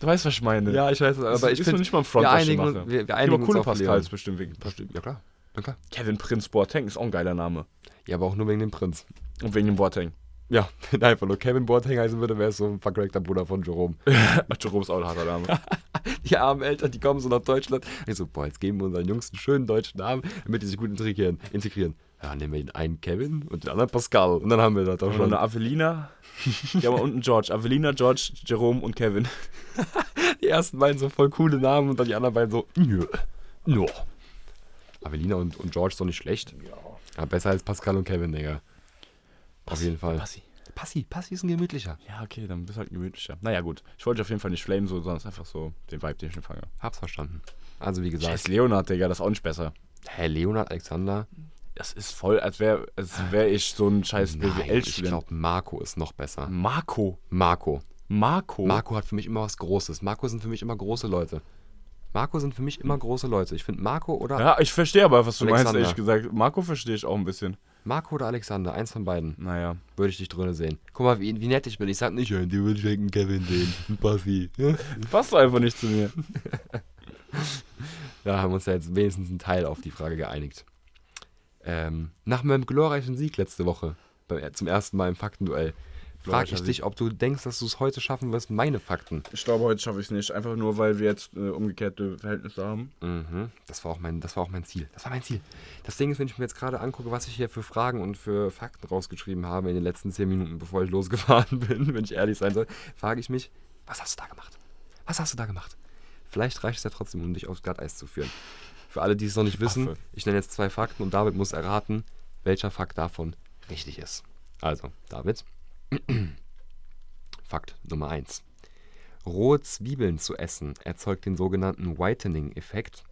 Speaker 3: Du weißt, was ich meine.
Speaker 2: Ja, ich weiß, aber
Speaker 3: Das
Speaker 2: ich
Speaker 3: ist
Speaker 2: find-
Speaker 3: noch nicht mal ein Front,
Speaker 2: wir
Speaker 3: was ich
Speaker 2: einigen,
Speaker 3: mache.
Speaker 2: uns- wir, wir
Speaker 3: Einigen
Speaker 2: einigen
Speaker 3: coole
Speaker 2: uns auf
Speaker 3: Pascals
Speaker 2: Leon.
Speaker 3: bestimmt wegen.
Speaker 2: Bestimmt, ja klar. ja klar.
Speaker 3: Kevin Prinz Boateng ist auch ein geiler Name.
Speaker 2: Ja, aber auch nur wegen dem Prinz.
Speaker 3: Und wegen dem Boateng.
Speaker 2: Ja, wenn einfach nur Kevin Boateng heißen würde, wäre es so ein vercrackter Bruder von Jerome.
Speaker 3: Jerome ist auch ein harter Name.
Speaker 2: Die armen Eltern, die kommen so nach Deutschland. Ich so, boah, jetzt geben wir unseren Jungs einen schönen deutschen Namen, damit die sich gut integrieren. integrieren. Ja, nehmen wir den einen Kevin und den anderen Pascal. Und dann haben wir das doch
Speaker 3: Und noch
Speaker 2: schon.
Speaker 3: eine Avelina. Ja, aber unten George. Avelina, George, Jerome und Kevin.
Speaker 2: Die ersten beiden so voll coole Namen und dann die anderen beiden so, nö, nö. Avelina und, und George so nicht schlecht. Ja, besser als Pascal und Kevin, Digga. Auf jeden Fall.
Speaker 3: Passi.
Speaker 2: Passi, Passi ist ein gemütlicher.
Speaker 3: Ja, okay, dann bist du halt ein gemütlicher. Naja, gut. Ich wollte dich auf jeden Fall nicht flamen, so, sondern es ist einfach so den Vibe, den ich empfange.
Speaker 2: Hab's verstanden. Also wie gesagt,
Speaker 3: Scheiß Leonard, Digga, das ist auch nicht besser.
Speaker 2: Herr Leonard Alexander.
Speaker 3: Das ist voll, als wäre als wär ich so ein scheiß
Speaker 2: Nein, ich
Speaker 3: BWL-Student.
Speaker 2: glaube, Marco ist noch
Speaker 3: Hm.
Speaker 2: besser.
Speaker 3: Marco.
Speaker 2: Marco.
Speaker 3: Marco.
Speaker 2: Marco hat für mich immer was Großes. Marco sind für mich immer große Leute. Marco sind für mich immer große Leute. Ich finde Marco oder
Speaker 3: ja, ich verstehe aber, was du meinst,
Speaker 2: Alexander.
Speaker 3: ehrlich gesagt. Marco verstehe ich auch ein bisschen.
Speaker 2: Marco oder Alexander, eins von beiden,
Speaker 3: Naja.
Speaker 2: würde ich dich drinne sehen. Guck mal, wie, wie nett ich bin. Ich sag nicht, ja, dir würde ich einen Kevin den, einen Passi.
Speaker 3: Passt einfach nicht zu mir.
Speaker 2: Da haben wir uns ja jetzt wenigstens einen Teil auf die Frage geeinigt. Ähm, nach meinem glorreichen Sieg letzte Woche, bei, zum ersten Mal im Faktenduell, frage
Speaker 3: Glorreicher
Speaker 2: ich dich, ob du denkst, dass du es heute schaffen wirst, meine Fakten.
Speaker 3: Ich glaube, heute schaffe ich es nicht. Einfach nur, weil wir jetzt äh, umgekehrte Verhältnisse haben.
Speaker 2: Mhm. Das, war auch mein, das war auch mein Ziel. Das war mein Ziel. Das Ding ist, wenn ich mir jetzt gerade angucke, was ich hier für Fragen und für Fakten rausgeschrieben habe in den letzten 10 Minuten, bevor ich losgefahren bin, wenn ich ehrlich sein soll, frage ich mich, was hast du da gemacht? Was hast du da gemacht? Vielleicht reicht es ja trotzdem, um dich aufs Glatteis zu führen. Für alle, die es noch nicht wissen,
Speaker 3: Affe.
Speaker 2: ich nenne jetzt zwei Fakten und David muss erraten, welcher Fakt davon richtig ist. Also, David. Fakt Nummer 1. Rohe Zwiebeln zu essen erzeugt den sogenannten Whitening-Effekt.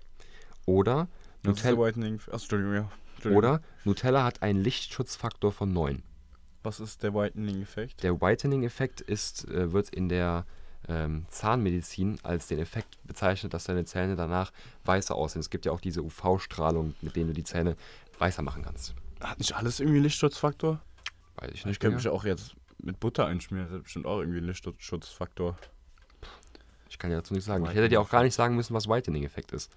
Speaker 2: Oder
Speaker 3: Nutella.
Speaker 2: Nutella,
Speaker 3: Whitening. Achso, Entschuldigung, ja. Entschuldigung.
Speaker 2: oder Nutella hat einen Lichtschutzfaktor von 9.
Speaker 3: Was ist der Whitening-Effekt?
Speaker 2: Der Whitening-Effekt ist, äh, wird in der ähm, Zahnmedizin als den Effekt bezeichnet, dass deine Zähne danach weißer aussehen. Es gibt ja auch diese UV-Strahlung, mit denen du die Zähne weißer machen kannst.
Speaker 3: Hat nicht alles irgendwie Lichtschutzfaktor?
Speaker 2: Weiß ich
Speaker 3: Ich
Speaker 2: nicht.
Speaker 3: könnte
Speaker 2: Ich,
Speaker 3: mich auch jetzt mit Butter einschmieren. Das hat bestimmt auch irgendwie einen Lichtschutzfaktor.
Speaker 2: ich kann dir dazu nichts sagen. Ich hätte dir auch gar nicht sagen müssen, was Whitening-Effekt ist.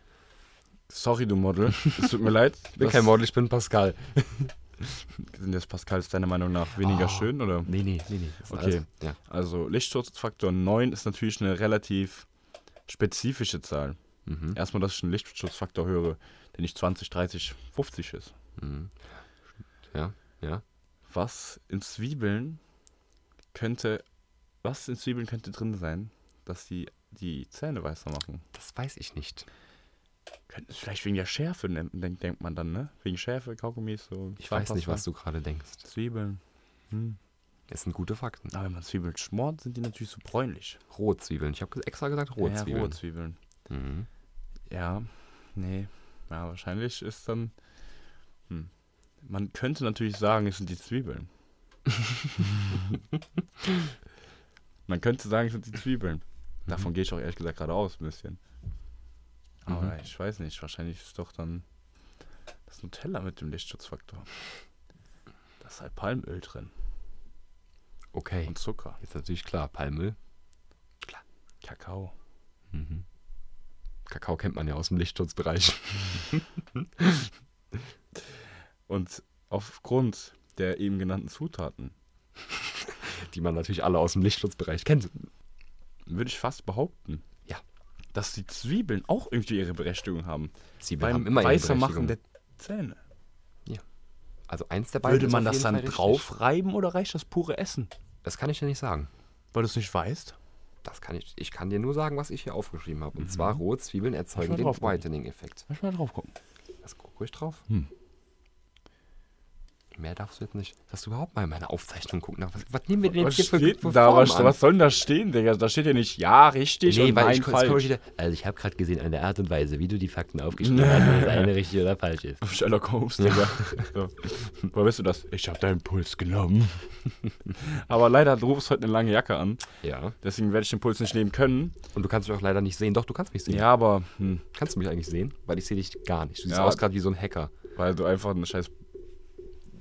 Speaker 3: Sorry, du Model. Es tut mir leid.
Speaker 2: Ich bin kein Model, ich bin Pascal.
Speaker 3: Sind das Pascal ist deiner Meinung nach weniger
Speaker 2: Ah.
Speaker 3: schön, oder?
Speaker 2: Nee, nee, nee, nee. Das ist
Speaker 3: Okay.
Speaker 2: alles- Ja.
Speaker 3: Also Lichtschutzfaktor 9 ist natürlich eine relativ spezifische Zahl.
Speaker 2: Mhm.
Speaker 3: Erstmal, dass ich einen Lichtschutzfaktor höre, der nicht 20, 30, 50 ist.
Speaker 2: Mhm. Ja, ja.
Speaker 3: Was in Zwiebeln könnte, was in Zwiebeln könnte drin sein, dass die die Zähne weißer machen?
Speaker 2: Das weiß ich nicht.
Speaker 3: Könnte es vielleicht wegen der Schärfe, nen- denk, denkt man dann, ne? Wegen Schärfe, Kaugummis, so.
Speaker 2: Ich weiß nicht,
Speaker 3: Zahnpasta.
Speaker 2: was du gerade denkst.
Speaker 3: Zwiebeln. Hm.
Speaker 2: Es sind gute Fakten.
Speaker 3: Aber wenn man Zwiebeln schmort, sind die natürlich so bräunlich.
Speaker 2: Rohe Zwiebeln. Ich habe extra gesagt rohe
Speaker 3: Ja, rohe
Speaker 2: Zwiebeln.
Speaker 3: Zwiebeln.
Speaker 2: Mhm.
Speaker 3: Ja, nee. Ja, wahrscheinlich ist dann. Hm. Man könnte natürlich sagen, es sind die Zwiebeln. Man könnte sagen, es sind die Zwiebeln. Davon gehe ich auch ehrlich gesagt gerade aus, ein bisschen. Aber
Speaker 2: Mhm.
Speaker 3: ich weiß nicht, wahrscheinlich ist doch dann das Nutella mit dem Lichtschutzfaktor. Da ist halt Palmöl drin
Speaker 2: Okay.
Speaker 3: und Zucker,
Speaker 2: Jetzt natürlich klar, Palmöl.
Speaker 3: Kakao.
Speaker 2: Mhm. Kakao kennt man ja aus dem Lichtschutzbereich.
Speaker 3: Und aufgrund der eben genannten Zutaten
Speaker 2: Die man natürlich alle aus dem Lichtschutzbereich kennt.
Speaker 3: würde ich fast behaupten.
Speaker 2: Ja.
Speaker 3: Dass die Zwiebeln auch irgendwie ihre Berechtigung haben.
Speaker 2: Zwiebeln
Speaker 3: Beim
Speaker 2: haben immer ihre
Speaker 3: weißer
Speaker 2: Berechtigung.
Speaker 3: machen der Zähne.
Speaker 2: Also eins der beiden
Speaker 3: Würde
Speaker 2: ist
Speaker 3: man
Speaker 2: auf
Speaker 3: das
Speaker 2: jeden
Speaker 3: dann
Speaker 2: Fall richtig.
Speaker 3: draufreiben oder reicht das pure Essen?
Speaker 2: Das kann ich dir nicht sagen.
Speaker 3: Weil du es nicht weißt?
Speaker 2: Das kann ich, ich kann dir nur sagen, was ich hier aufgeschrieben habe. Und
Speaker 3: Mhm.
Speaker 2: zwar rohe Zwiebeln erzeugen
Speaker 3: mal
Speaker 2: den
Speaker 3: drauf gucken.
Speaker 2: Whitening-Effekt.
Speaker 3: Lass mal drauf gucken.
Speaker 2: Das gucke ich drauf.
Speaker 3: Hm.
Speaker 2: Mehr darfst du jetzt nicht. Dass du überhaupt mal in meine Aufzeichnung gucken darfst. Was, was nehmen wir denn
Speaker 3: Was
Speaker 2: jetzt hier für,
Speaker 3: steht
Speaker 2: für
Speaker 3: denn da?
Speaker 2: Form
Speaker 3: Was,
Speaker 2: an?
Speaker 3: was soll denn da stehen, Digga? Da steht ja nicht ja, richtig
Speaker 2: Nee,
Speaker 3: und
Speaker 2: weil
Speaker 3: nein,
Speaker 2: ich, es kommt
Speaker 3: falsch.
Speaker 2: wieder, also ich habe gerade gesehen, an der Art und Weise, wie du die Fakten aufgeschrieben hast, ob das eine richtig oder falsch ist.
Speaker 3: Sherlock Holmes, Digga. so. Woher weißt du das? Ich habe deinen Puls genommen. Aber leider du rufst heute eine lange Jacke an.
Speaker 2: Ja.
Speaker 3: Deswegen werde ich den Puls nicht nehmen können.
Speaker 2: Und du kannst mich auch leider nicht sehen. Doch, du kannst mich sehen.
Speaker 3: Ja, aber hm,
Speaker 2: Kannst du mich eigentlich sehen? Weil ich sehe dich gar nicht. Du siehst
Speaker 3: Ja.
Speaker 2: aus gerade wie so ein Hacker.
Speaker 3: weil du einfach ein scheiß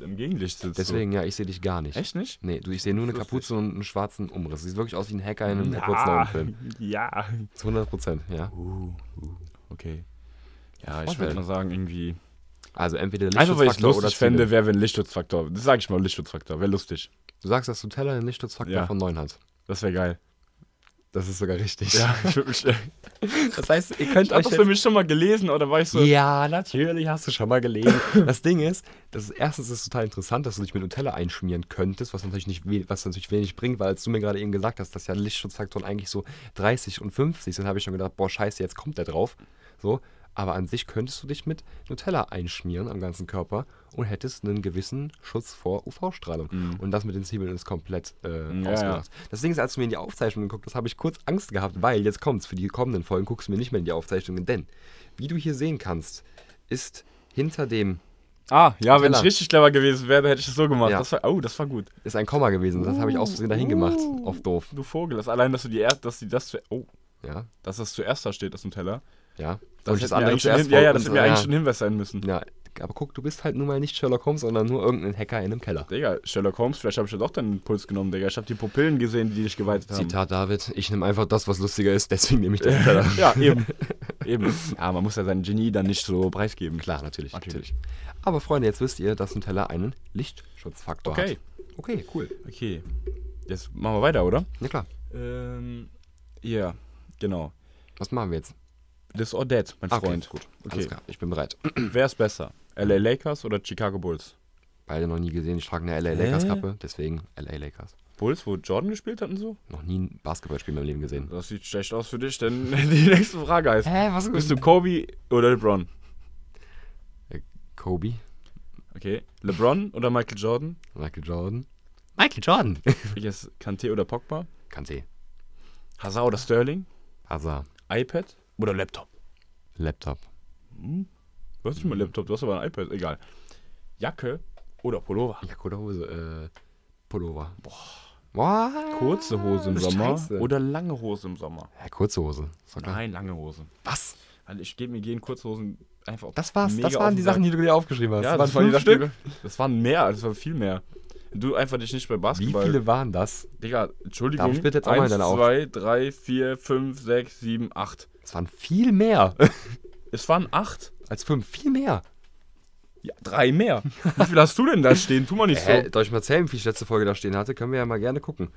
Speaker 3: im Gegenlicht sitzt. so.
Speaker 2: Deswegen, ja, ich sehe dich gar nicht.
Speaker 3: Echt nicht?
Speaker 2: Nee, du, ich sehe nur eine
Speaker 3: Lustig.
Speaker 2: Kapuze und einen schwarzen Umriss. Du siehst wirklich aus wie ein Hacker in einem
Speaker 3: Ja.
Speaker 2: kurzen Hornfilm.
Speaker 3: Ja.
Speaker 2: Zu 100 Prozent, ja.
Speaker 3: Uh, okay. Ja, ich
Speaker 2: Vorteil.
Speaker 3: würde mal sagen, irgendwie.
Speaker 2: Also entweder
Speaker 3: Einfach weil ich
Speaker 2: Lichtschutzfaktor oder
Speaker 3: lustig
Speaker 2: Zwiebeln.
Speaker 3: fände, wäre wenn Lichtschutzfaktor. Das sage ich mal, Lichtschutzfaktor. Wäre lustig.
Speaker 2: Du sagst, dass Nutella einen Lichtschutzfaktor
Speaker 3: Ja.
Speaker 2: von 9 hat.
Speaker 3: Das wäre geil.
Speaker 2: Das ist sogar richtig.
Speaker 3: Ja, ich würde mich. Ich
Speaker 2: Das heißt, ihr könnt
Speaker 3: hab
Speaker 2: euch
Speaker 3: das
Speaker 2: jetzt
Speaker 3: für mich schon mal gelesen oder war ich so.
Speaker 2: Ja, natürlich, hast du schon mal gelesen. Das Ding ist, das ist erstens ist es total interessant, dass du dich mit Nutella einschmieren könntest, was natürlich, nicht, we- was natürlich wenig bringt, weil als du mir gerade eben gesagt hast, dass ja Lichtschutzfaktoren eigentlich so 30 und 50 sind, habe ich schon gedacht, boah, scheiße, jetzt kommt der drauf. So. Aber an sich könntest du dich mit Nutella einschmieren am ganzen Körper und hättest einen gewissen Schutz vor UV-Strahlung.
Speaker 3: Mhm.
Speaker 2: Und das mit den Zwiebeln ist komplett äh,
Speaker 3: Ja,
Speaker 2: ausgedacht. Das Ding ist, als du mir in die Aufzeichnung geguckt hast, habe ich kurz Angst gehabt, weil jetzt kommt's. Für die kommenden Folgen guckst du mir nicht mehr in die Aufzeichnungen, denn wie du hier sehen kannst, ist hinter dem
Speaker 3: Ah, ja, wenn ich
Speaker 2: Teller.
Speaker 3: richtig clever gewesen wäre, dann hätte ich das so gemacht.
Speaker 2: Ja.
Speaker 3: Das war, oh, das war gut.
Speaker 2: ist ein Komma gewesen. Das habe ich aus Versehen dahin gemacht.
Speaker 3: Uh.
Speaker 2: Auf doof.
Speaker 3: Du Vogel, das allein, dass du die erst, dass die das, zu- oh,
Speaker 2: Ja,
Speaker 3: dass das zuerst da steht, das Nutella.
Speaker 2: ja.
Speaker 3: Das
Speaker 2: Und
Speaker 3: hätten wir eigentlich schon hin, ja,
Speaker 2: vor
Speaker 3: ja, das
Speaker 2: uns-
Speaker 3: hätte mir eigentlich schon ein Hinweis sein müssen.
Speaker 2: Ja, aber guck, du bist halt nun mal nicht Sherlock Holmes, sondern nur irgendein Hacker in einem Keller.
Speaker 3: Digga, Sherlock Holmes, vielleicht habe ich ja doch deinen Impuls genommen, Digga. Ich habe die Pupillen gesehen, die dich geweitet haben.
Speaker 2: Zitat David, ich nehme einfach das, was lustiger ist, deswegen nehme ich den Keller.
Speaker 3: Ja, eben. eben. Ja, man muss ja sein Genie dann nicht so preisgeben.
Speaker 2: Klar, natürlich,
Speaker 3: Natürlich.
Speaker 2: natürlich. Aber Freunde, jetzt wisst ihr, dass Nutella einen Lichtschutzfaktor
Speaker 3: Okay.
Speaker 2: hat. Okay, cool.
Speaker 3: Okay. Jetzt machen wir weiter, oder?
Speaker 2: Na klar,
Speaker 3: Ähm, ja, genau.
Speaker 2: was machen wir jetzt?
Speaker 3: This or Dead, mein
Speaker 2: Ah,
Speaker 3: Freund.
Speaker 2: gut.
Speaker 3: Okay.
Speaker 2: Alles klar, ich bin bereit.
Speaker 3: Wer ist besser? LA Lakers oder Chicago Bulls?
Speaker 2: Beide noch nie gesehen, ich trage eine LA Lakers Kappe, deswegen LA Lakers.
Speaker 3: Bulls, wo Jordan gespielt hat und so?
Speaker 2: Noch nie ein Basketballspiel in meinem Leben gesehen.
Speaker 3: Das sieht schlecht aus für dich, denn die nächste Frage heißt:
Speaker 2: Hä, was
Speaker 3: Bist du Kobe oder LeBron?
Speaker 2: Äh, Kobe,
Speaker 3: Okay. LeBron oder Michael Jordan?
Speaker 2: Michael Jordan. Michael Jordan!
Speaker 3: Yes, Kante oder Pogba?
Speaker 2: Kante,
Speaker 3: Hazard oder Sterling?
Speaker 2: Hazard,
Speaker 3: iPad oder Laptop?
Speaker 2: Laptop,
Speaker 3: Du hast nicht mal Laptop, du hast aber ein iPad, egal. Jacke oder Pullover?
Speaker 2: Jacke oder Hose, äh, Pullover. Boah.
Speaker 3: Kurze Hose im Sommer
Speaker 2: Scheiße.
Speaker 3: oder lange Hose im Sommer?
Speaker 2: Ja, kurze Hose. Ist doch klar.
Speaker 3: Nein, lange Hose.
Speaker 2: Was?
Speaker 3: Weil ich gebe mir gehen Kurzhosen einfach auf
Speaker 2: Das war's.
Speaker 3: mega
Speaker 2: das
Speaker 3: auf
Speaker 2: waren
Speaker 3: den
Speaker 2: die
Speaker 3: Sack.
Speaker 2: Sachen, die du dir aufgeschrieben hast.
Speaker 3: Ja, das, waren die Sachen, die wir- Das waren mehr, das waren viel mehr. Du einfach dich nicht bei
Speaker 2: Wie
Speaker 3: Basketball.
Speaker 2: viele waren das?
Speaker 3: Digga, Entschuldigung.
Speaker 2: Darf ich bitte jetzt auch mal
Speaker 3: Eins,
Speaker 2: deine auf-
Speaker 3: zwei, drei, vier, fünf, sechs, sieben, acht.
Speaker 2: Es waren viel mehr
Speaker 3: Es waren acht.
Speaker 2: als fünf. Viel mehr.
Speaker 3: Ja, drei mehr. Wie viel hast du denn da stehen? Tu mal nicht
Speaker 2: Hä?
Speaker 3: so.
Speaker 2: Soll ich mal zählen, wie viel ich letzte Folge da stehen hatte? Können wir ja mal gerne gucken.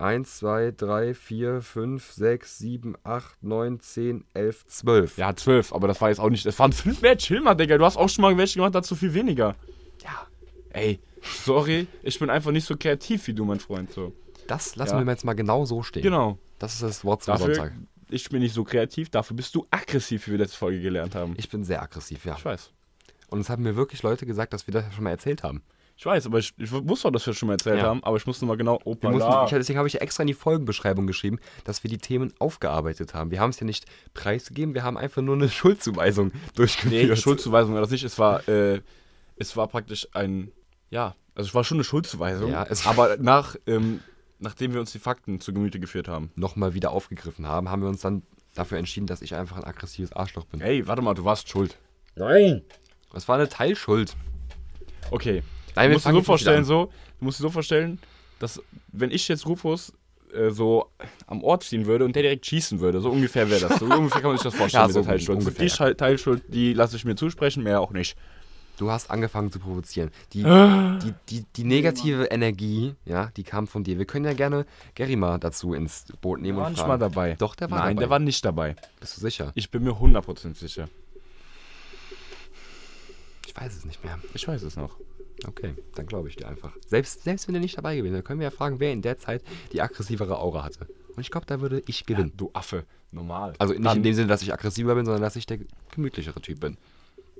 Speaker 2: Eins, zwei, drei, vier, fünf, sechs, sieben, acht, neun, zehn, elf, zwölf.
Speaker 3: Ja, zwölf, aber das war jetzt auch nicht. Es waren fünf mehr. Chill mal, Digga. Du hast auch schon mal welche gemacht, dazu viel weniger.
Speaker 2: Ja.
Speaker 3: Ey, sorry, ich bin einfach nicht so kreativ wie du, mein Freund. So.
Speaker 2: Das lassen
Speaker 3: Ja.
Speaker 2: wir jetzt mal genau so stehen.
Speaker 3: Genau.
Speaker 2: Das ist das Wort zum
Speaker 3: Dafür,
Speaker 2: Sonntag.
Speaker 3: ich bin nicht so kreativ, dafür bist du aggressiv, wie wir letzte Folge gelernt haben.
Speaker 2: Ich bin sehr aggressiv, ja.
Speaker 3: Ich weiß.
Speaker 2: Und es haben mir wirklich Leute gesagt, dass wir das schon mal erzählt haben.
Speaker 3: Ich weiß, aber ich, ich wusste auch, dass wir schon mal erzählt
Speaker 2: Ja.
Speaker 3: haben, aber ich musste mal genau. Opa,
Speaker 2: Wir mussten, ich, deswegen habe ich ja extra in die Folgenbeschreibung geschrieben, dass wir die Themen aufgearbeitet haben. Wir haben es ja nicht preisgegeben, wir haben einfach nur eine Schuldzuweisung durchgeführt.
Speaker 3: Nee, Schuldzuweisung war das nicht. Es war, äh, es war praktisch ein, ja, also es war schon eine Schuldzuweisung.
Speaker 2: Ja, es-
Speaker 3: aber nach, ähm, nachdem wir uns die Fakten zu Gemüte geführt haben.
Speaker 2: Nochmal wieder aufgegriffen haben, haben wir uns dann dafür entschieden, dass ich einfach ein aggressives Arschloch bin.
Speaker 3: Ey, warte mal, du warst schuld.
Speaker 2: Das war eine Teilschuld.
Speaker 3: Okay.
Speaker 2: Nein,
Speaker 3: du musst dir so
Speaker 2: fangen jetzt nicht wieder
Speaker 3: vorstellen,
Speaker 2: an.
Speaker 3: so, du musst dir so vorstellen, dass wenn ich jetzt Rufus äh, so am Ort ziehen würde und der direkt schießen würde, so ungefähr wäre das. So ungefähr kann man sich das vorstellen
Speaker 2: Ja,
Speaker 3: mit
Speaker 2: so
Speaker 3: der Teilschuld.
Speaker 2: ungefähr,
Speaker 3: die Schei- Teilschuld, die lasse ich mir zusprechen, mehr auch nicht.
Speaker 2: Du hast angefangen zu provozieren. Die, die, die, die negative Energie, ja, die kam von dir. Wir können ja gerne Gary mal dazu ins Boot nehmen
Speaker 3: War
Speaker 2: und
Speaker 3: nicht
Speaker 2: fragen.
Speaker 3: mal dabei.
Speaker 2: Doch, der war
Speaker 3: Nein,
Speaker 2: dabei.
Speaker 3: der war nicht dabei.
Speaker 2: Bist du sicher?
Speaker 3: Ich bin mir 100% sicher.
Speaker 2: Ich weiß es nicht mehr.
Speaker 3: Ich weiß es noch.
Speaker 2: Okay, dann glaube ich dir einfach. Selbst, selbst wenn er nicht dabei gewesen wäre, können wir ja fragen, wer in der Zeit die aggressivere Aura hatte. Und ich glaube, da würde ich gewinnen.
Speaker 3: Du Affe, normal.
Speaker 2: Also nicht
Speaker 3: Dann-
Speaker 2: in dem Sinne, dass ich aggressiver bin, sondern dass ich der gemütlichere Typ bin.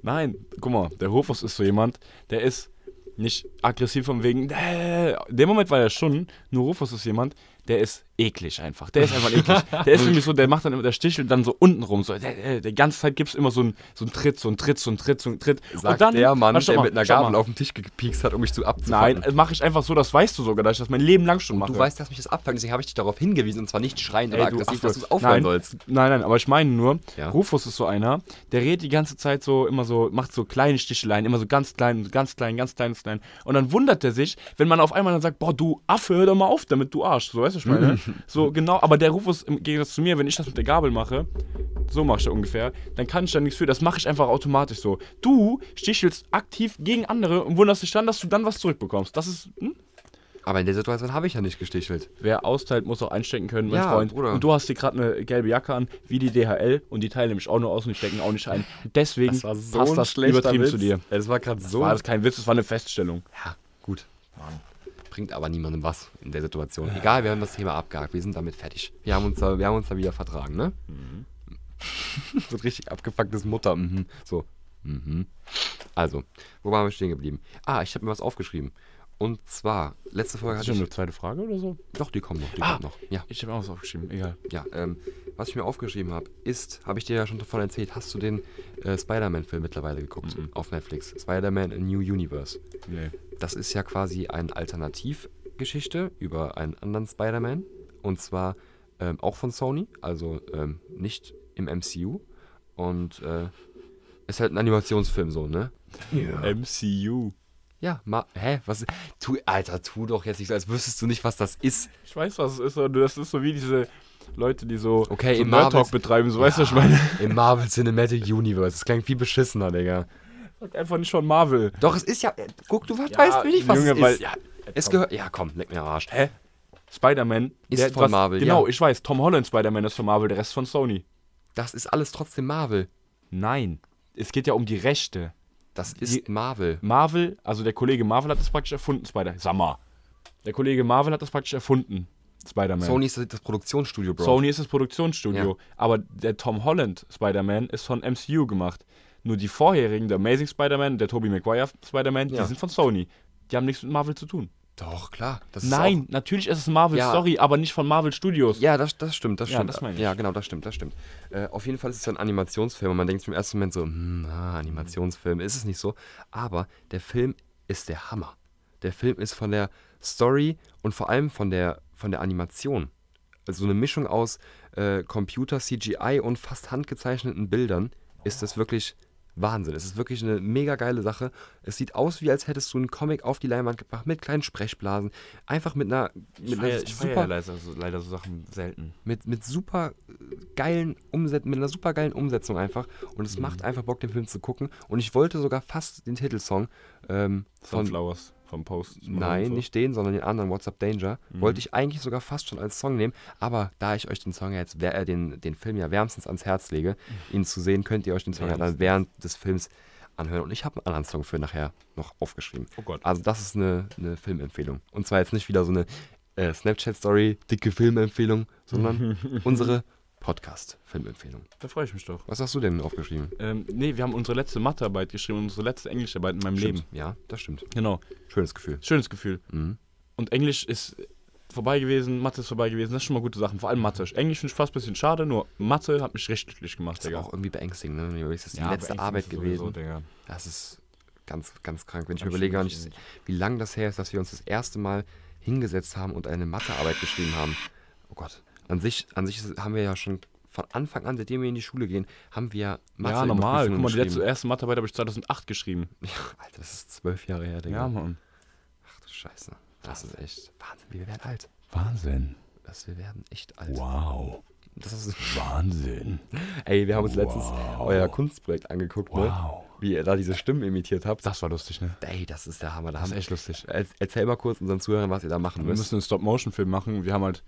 Speaker 3: Nein, guck mal, der Rufus ist so jemand, der ist nicht aggressiv von wegen. Äh, in dem Moment war er schon, nur Rufus ist jemand, der ist eklig einfach. Der ist einfach eklig. Der ist nämlich so, der macht dann immer, der stichelt dann so unten rum. So, der, der, der ganze Zeit gibt es immer so einen so einen Tritt, so einen Tritt, so einen Tritt, so einen Tritt.
Speaker 2: Sagt der Mann,
Speaker 3: Warte, schau
Speaker 2: der
Speaker 3: mal,
Speaker 2: mit einer
Speaker 3: schau
Speaker 2: Gabel
Speaker 3: mal.
Speaker 2: auf den Tisch gepiekst hat, um mich zu abzufangen.
Speaker 3: Nein, mache ich einfach so, das weißt du sogar, dass ich das mein Leben lang schon mache.
Speaker 2: du weißt, dass mich das abfangt, deswegen habe ich dich darauf hingewiesen, und zwar nicht schreiend
Speaker 3: Ey,
Speaker 2: oder
Speaker 3: du
Speaker 2: aggressiv,
Speaker 3: Affe.
Speaker 2: dass du es aufhören
Speaker 3: nein,
Speaker 2: sollst.
Speaker 3: Nein, nein, aber ich meine nur,
Speaker 2: Ja.
Speaker 3: Rufus ist so einer, der redet die ganze Zeit so, immer so, macht so kleine Sticheleien, immer so ganz klein, ganz klein, ganz klein, ganz klein. Und dann wundert er sich, wenn man auf einmal dann sagt, boah, du Affe, hör doch mal auf damit, du Arsch. So, weißt du, was ich meine? so, genau, aber der Rufus im Gegensatz zu mir, wenn ich das mit der Gabel mache, so mache ich da ungefähr, dann kann ich da nichts für, das mache ich einfach automatisch so. Du stichelst aktiv gegen andere und wunderst dich dann, dass du dann was zurückbekommst. Das ist, hm?
Speaker 2: Aber in der Situation habe ich ja nicht gestichelt.
Speaker 3: Wer austeilt, muss auch einstecken können, mein
Speaker 2: Ja,
Speaker 3: Freund.
Speaker 2: Bruder.
Speaker 3: Und du hast hier gerade eine gelbe Jacke an, wie die DHL, und die teilen nämlich auch nur aus und die stecken auch nicht ein. Deswegen passt das übertrieben zu dir.
Speaker 2: Es war gerade so.
Speaker 3: War das kein Witz, das war eine Feststellung.
Speaker 2: Ja, gut. Bringt aber niemandem was in der Situation. Egal, wir haben das Thema abgehakt. Wir sind damit fertig. Wir haben uns da, wir haben uns da wieder vertragen, ne? so ein richtig abgefucktes Mutter. Mhm. So. Mhm. Also, wo waren wir stehen geblieben? Ah, ich habe mir was aufgeschrieben. Und zwar, letzte Folge
Speaker 3: Hast du
Speaker 2: hatte
Speaker 3: schon
Speaker 2: ich.
Speaker 3: eine zweite Frage oder so?
Speaker 2: Doch, die kommen noch, die
Speaker 3: Ah.
Speaker 2: kommen noch. Ja,
Speaker 3: Ich habe auch was aufgeschrieben, egal.
Speaker 2: ja. Ähm, was ich mir aufgeschrieben habe, ist, habe ich dir ja schon davon erzählt, hast du den äh, Spider-Man-Film mittlerweile geguckt
Speaker 3: Mhm.
Speaker 2: auf Netflix? Spider-Man A New Universe.
Speaker 3: Nee.
Speaker 2: Das ist ja quasi eine Alternativgeschichte über einen anderen Spider-Man. Und zwar ähm, auch von Sony, also ähm, nicht im MCU. Und äh, ist halt ein Animationsfilm so, ne?
Speaker 3: MCU.
Speaker 2: Ja, ma hä? Was? Tu, Alter, tu doch jetzt nicht so, als wüsstest du nicht, was das ist.
Speaker 3: Ich weiß, was es ist, aber das ist so wie diese Leute, die so,
Speaker 2: Okay,
Speaker 3: so
Speaker 2: im
Speaker 3: Nerd Talk
Speaker 2: Marvels-
Speaker 3: betreiben, so weißt du, was ich meine?
Speaker 2: Ah, Im Marvel Cinematic Universe. Das klingt viel beschissener, Digga.
Speaker 3: Sag einfach nicht schon Marvel.
Speaker 2: Doch, es ist ja. äh, Guck, du weißt mir nicht, was
Speaker 3: Junge,
Speaker 2: es ist.
Speaker 3: weil- äh,
Speaker 2: ja, es gehört. Ja, komm, leck mir am Arsch.
Speaker 3: Hä? Spider-Man
Speaker 2: Ist
Speaker 3: der-
Speaker 2: von Marvel,
Speaker 3: Genau,
Speaker 2: ja.
Speaker 3: ich weiß. Tom Holland Spider-Man ist von Marvel, der Rest von Sony.
Speaker 2: Das ist alles trotzdem Marvel.
Speaker 3: Nein. Es geht ja um die Rechte.
Speaker 2: Das ist
Speaker 3: Die-
Speaker 2: Marvel.
Speaker 3: Marvel, also der Kollege Marvel hat das praktisch erfunden, Spider-Man. Sag mal. Der Kollege Marvel hat das praktisch erfunden, Spider-Man.
Speaker 2: Sony ist das Produktionsstudio, Bro.
Speaker 3: Sony ist das Produktionsstudio. Aber der Tom Holland Spider-Man ist von MCU gemacht. Nur die vorherigen, der Amazing Spider-Man, der Tobey Maguire Spider-Man,
Speaker 2: Ja.
Speaker 3: die sind von Sony. Die haben nichts mit Marvel zu tun.
Speaker 2: Doch, klar. Das ist
Speaker 3: Nein, natürlich ist es Marvel
Speaker 2: Ja.
Speaker 3: Story, aber nicht von Marvel Studios.
Speaker 2: Auch, ja, das, das stimmt, das
Speaker 3: Ja,
Speaker 2: stimmt.
Speaker 3: das meine ich.
Speaker 2: Ja, genau, das stimmt, das stimmt. Äh, auf jeden Fall ist es ja ein Animationsfilm und man denkt sich im ersten Moment so, hm, ah, Animationsfilm, ist es nicht so. Aber der Film ist der Hammer. Der Film ist von der Story und vor allem von der, von der Animation. Also so eine Mischung aus äh, Computer, CGI und fast handgezeichneten Bildern ist das wirklich Wahnsinn. Es ist wirklich eine mega geile Sache. Es sieht aus, wie als hättest du einen Comic auf die Leinwand gebracht mit kleinen Sprechblasen. Einfach mit einer, mit einer super
Speaker 3: leider, so, leider so Sachen selten.
Speaker 2: mit, mit super äh, geilen Umsetzung, mit einer super geilen Umsetzung einfach. Und es macht einfach Bock, den Film zu gucken. Und ich wollte sogar fast den Titelsong ähm, von.
Speaker 3: Sunflowers, vom Post.
Speaker 2: Nein, nicht den, sondern den anderen, What's Up Danger. Wollte ich eigentlich sogar fast schon als Song nehmen, aber da ich euch den Song ja jetzt, wer- äh, den, den Film ja wärmstens ans Herz lege, ihn zu sehen, könnt ihr euch den Song ja dann während des Films anhören. Und ich habe einen anderen Song für nachher noch aufgeschrieben.
Speaker 3: Oh Gott.
Speaker 2: Also das ist eine, eine Filmempfehlung. Und zwar jetzt nicht wieder so eine äh, Snapchat-Story, dicke Filmempfehlung, sondern unsere Podcast-Filmempfehlung.
Speaker 3: Da freue ich mich doch.
Speaker 2: Was hast du denn aufgeschrieben?
Speaker 3: Ähm, nee, wir haben unsere letzte Mathearbeit geschrieben, und unsere letzte Englischarbeit in meinem Leben.
Speaker 2: Stimmt. Ja, das stimmt.
Speaker 3: Genau.
Speaker 2: Schönes Gefühl.
Speaker 3: Schönes Gefühl.
Speaker 2: Mhm.
Speaker 3: Und Englisch ist vorbei gewesen, Mathe ist vorbei gewesen, das sind schon mal gute Sachen. Vor allem Mathe. Englisch finde ich fast ein bisschen schade, nur Mathe hat mich recht glücklich gemacht,
Speaker 2: Ist aber
Speaker 3: Digga.
Speaker 2: auch irgendwie beängstigend, ne? Wenn du überlegst, Das ist die
Speaker 3: Ja,
Speaker 2: letzte
Speaker 3: Ängste
Speaker 2: Arbeit
Speaker 3: sind sowieso,
Speaker 2: gewesen.
Speaker 3: Digga.
Speaker 2: Das ist ganz, ganz krank. Wenn ich mir
Speaker 3: Ganz
Speaker 2: überlege,
Speaker 3: schön
Speaker 2: wann ich,
Speaker 3: bestimmt.
Speaker 2: wie lange das her ist, dass wir uns das erste Mal hingesetzt haben und eine Mathearbeit geschrieben haben. Oh Gott. An sich, an sich ist- haben wir ja schon von Anfang an, seitdem wir in die Schule gehen, haben wir Mathe
Speaker 3: ja,
Speaker 2: in
Speaker 3: normal.
Speaker 2: Prüfungen
Speaker 3: Guck mal, die
Speaker 2: geschrieben.
Speaker 3: letzte erste Mathearbeit habe ich 2008 geschrieben.
Speaker 2: Ja, Alter, das ist zwölf Jahre her, Digga.
Speaker 3: Mann.
Speaker 2: Ach du Scheiße. Das ist echt Wahnsinn. Wir werden alt.
Speaker 3: Wahnsinn.
Speaker 2: Das, wir werden echt alt.
Speaker 3: Wow.
Speaker 2: Das ist,
Speaker 3: Wahnsinn.
Speaker 2: ey, wir haben uns letztens euer Kunstprojekt angeguckt,
Speaker 3: Wow.
Speaker 2: ne? Wie ihr da diese Stimmen imitiert habt.
Speaker 3: Das war lustig, ne?
Speaker 2: Ey, das ist der Hammer. Da
Speaker 3: Das
Speaker 2: haben
Speaker 3: ist echt lustig.
Speaker 2: Er- Erzähl mal kurz unseren Zuhörern, was ihr da machen
Speaker 3: Wir
Speaker 2: müsst.
Speaker 3: müssen einen Stop-Motion-Film machen. Wir haben halt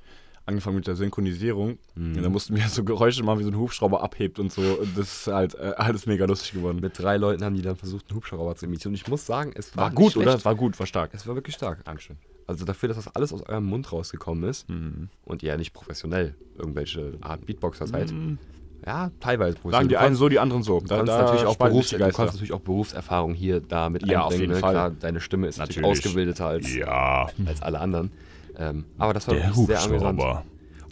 Speaker 3: angefangen mit der Synchronisierung.
Speaker 2: Mhm.
Speaker 3: Und da mussten wir so Geräusche machen, wie so ein Hubschrauber abhebt und so. Und das ist halt äh, alles mega lustig geworden.
Speaker 2: Mit drei Leuten haben die dann versucht, einen Hubschrauber zu imitieren. Und ich muss sagen, es war,
Speaker 3: War gut,
Speaker 2: nicht schlecht.
Speaker 3: oder? War gut, war stark.
Speaker 2: Es war wirklich stark. Dankeschön. Also dafür, dass das alles aus eurem Mund rausgekommen ist
Speaker 3: Mhm.
Speaker 2: und ihr ja nicht professionell irgendwelche Art Beatboxer seid. Ja, teilweise
Speaker 3: Mhm. Sagen die einen so, die anderen so.
Speaker 2: Du
Speaker 3: Da,
Speaker 2: kannst,
Speaker 3: da
Speaker 2: natürlich auch
Speaker 3: spalten sich
Speaker 2: Berufs
Speaker 3: die
Speaker 2: du kannst
Speaker 3: Geister.
Speaker 2: natürlich auch Berufserfahrung hier da mit
Speaker 3: Ja, auf
Speaker 2: einbringen,
Speaker 3: jeden
Speaker 2: ne?
Speaker 3: Fall.
Speaker 2: Klar, deine Stimme ist natürlich,
Speaker 3: Natürlich.
Speaker 2: ausgebildeter als,
Speaker 3: Ja,
Speaker 2: als alle anderen. Ähm, aber das war wirklich sehr amüsant.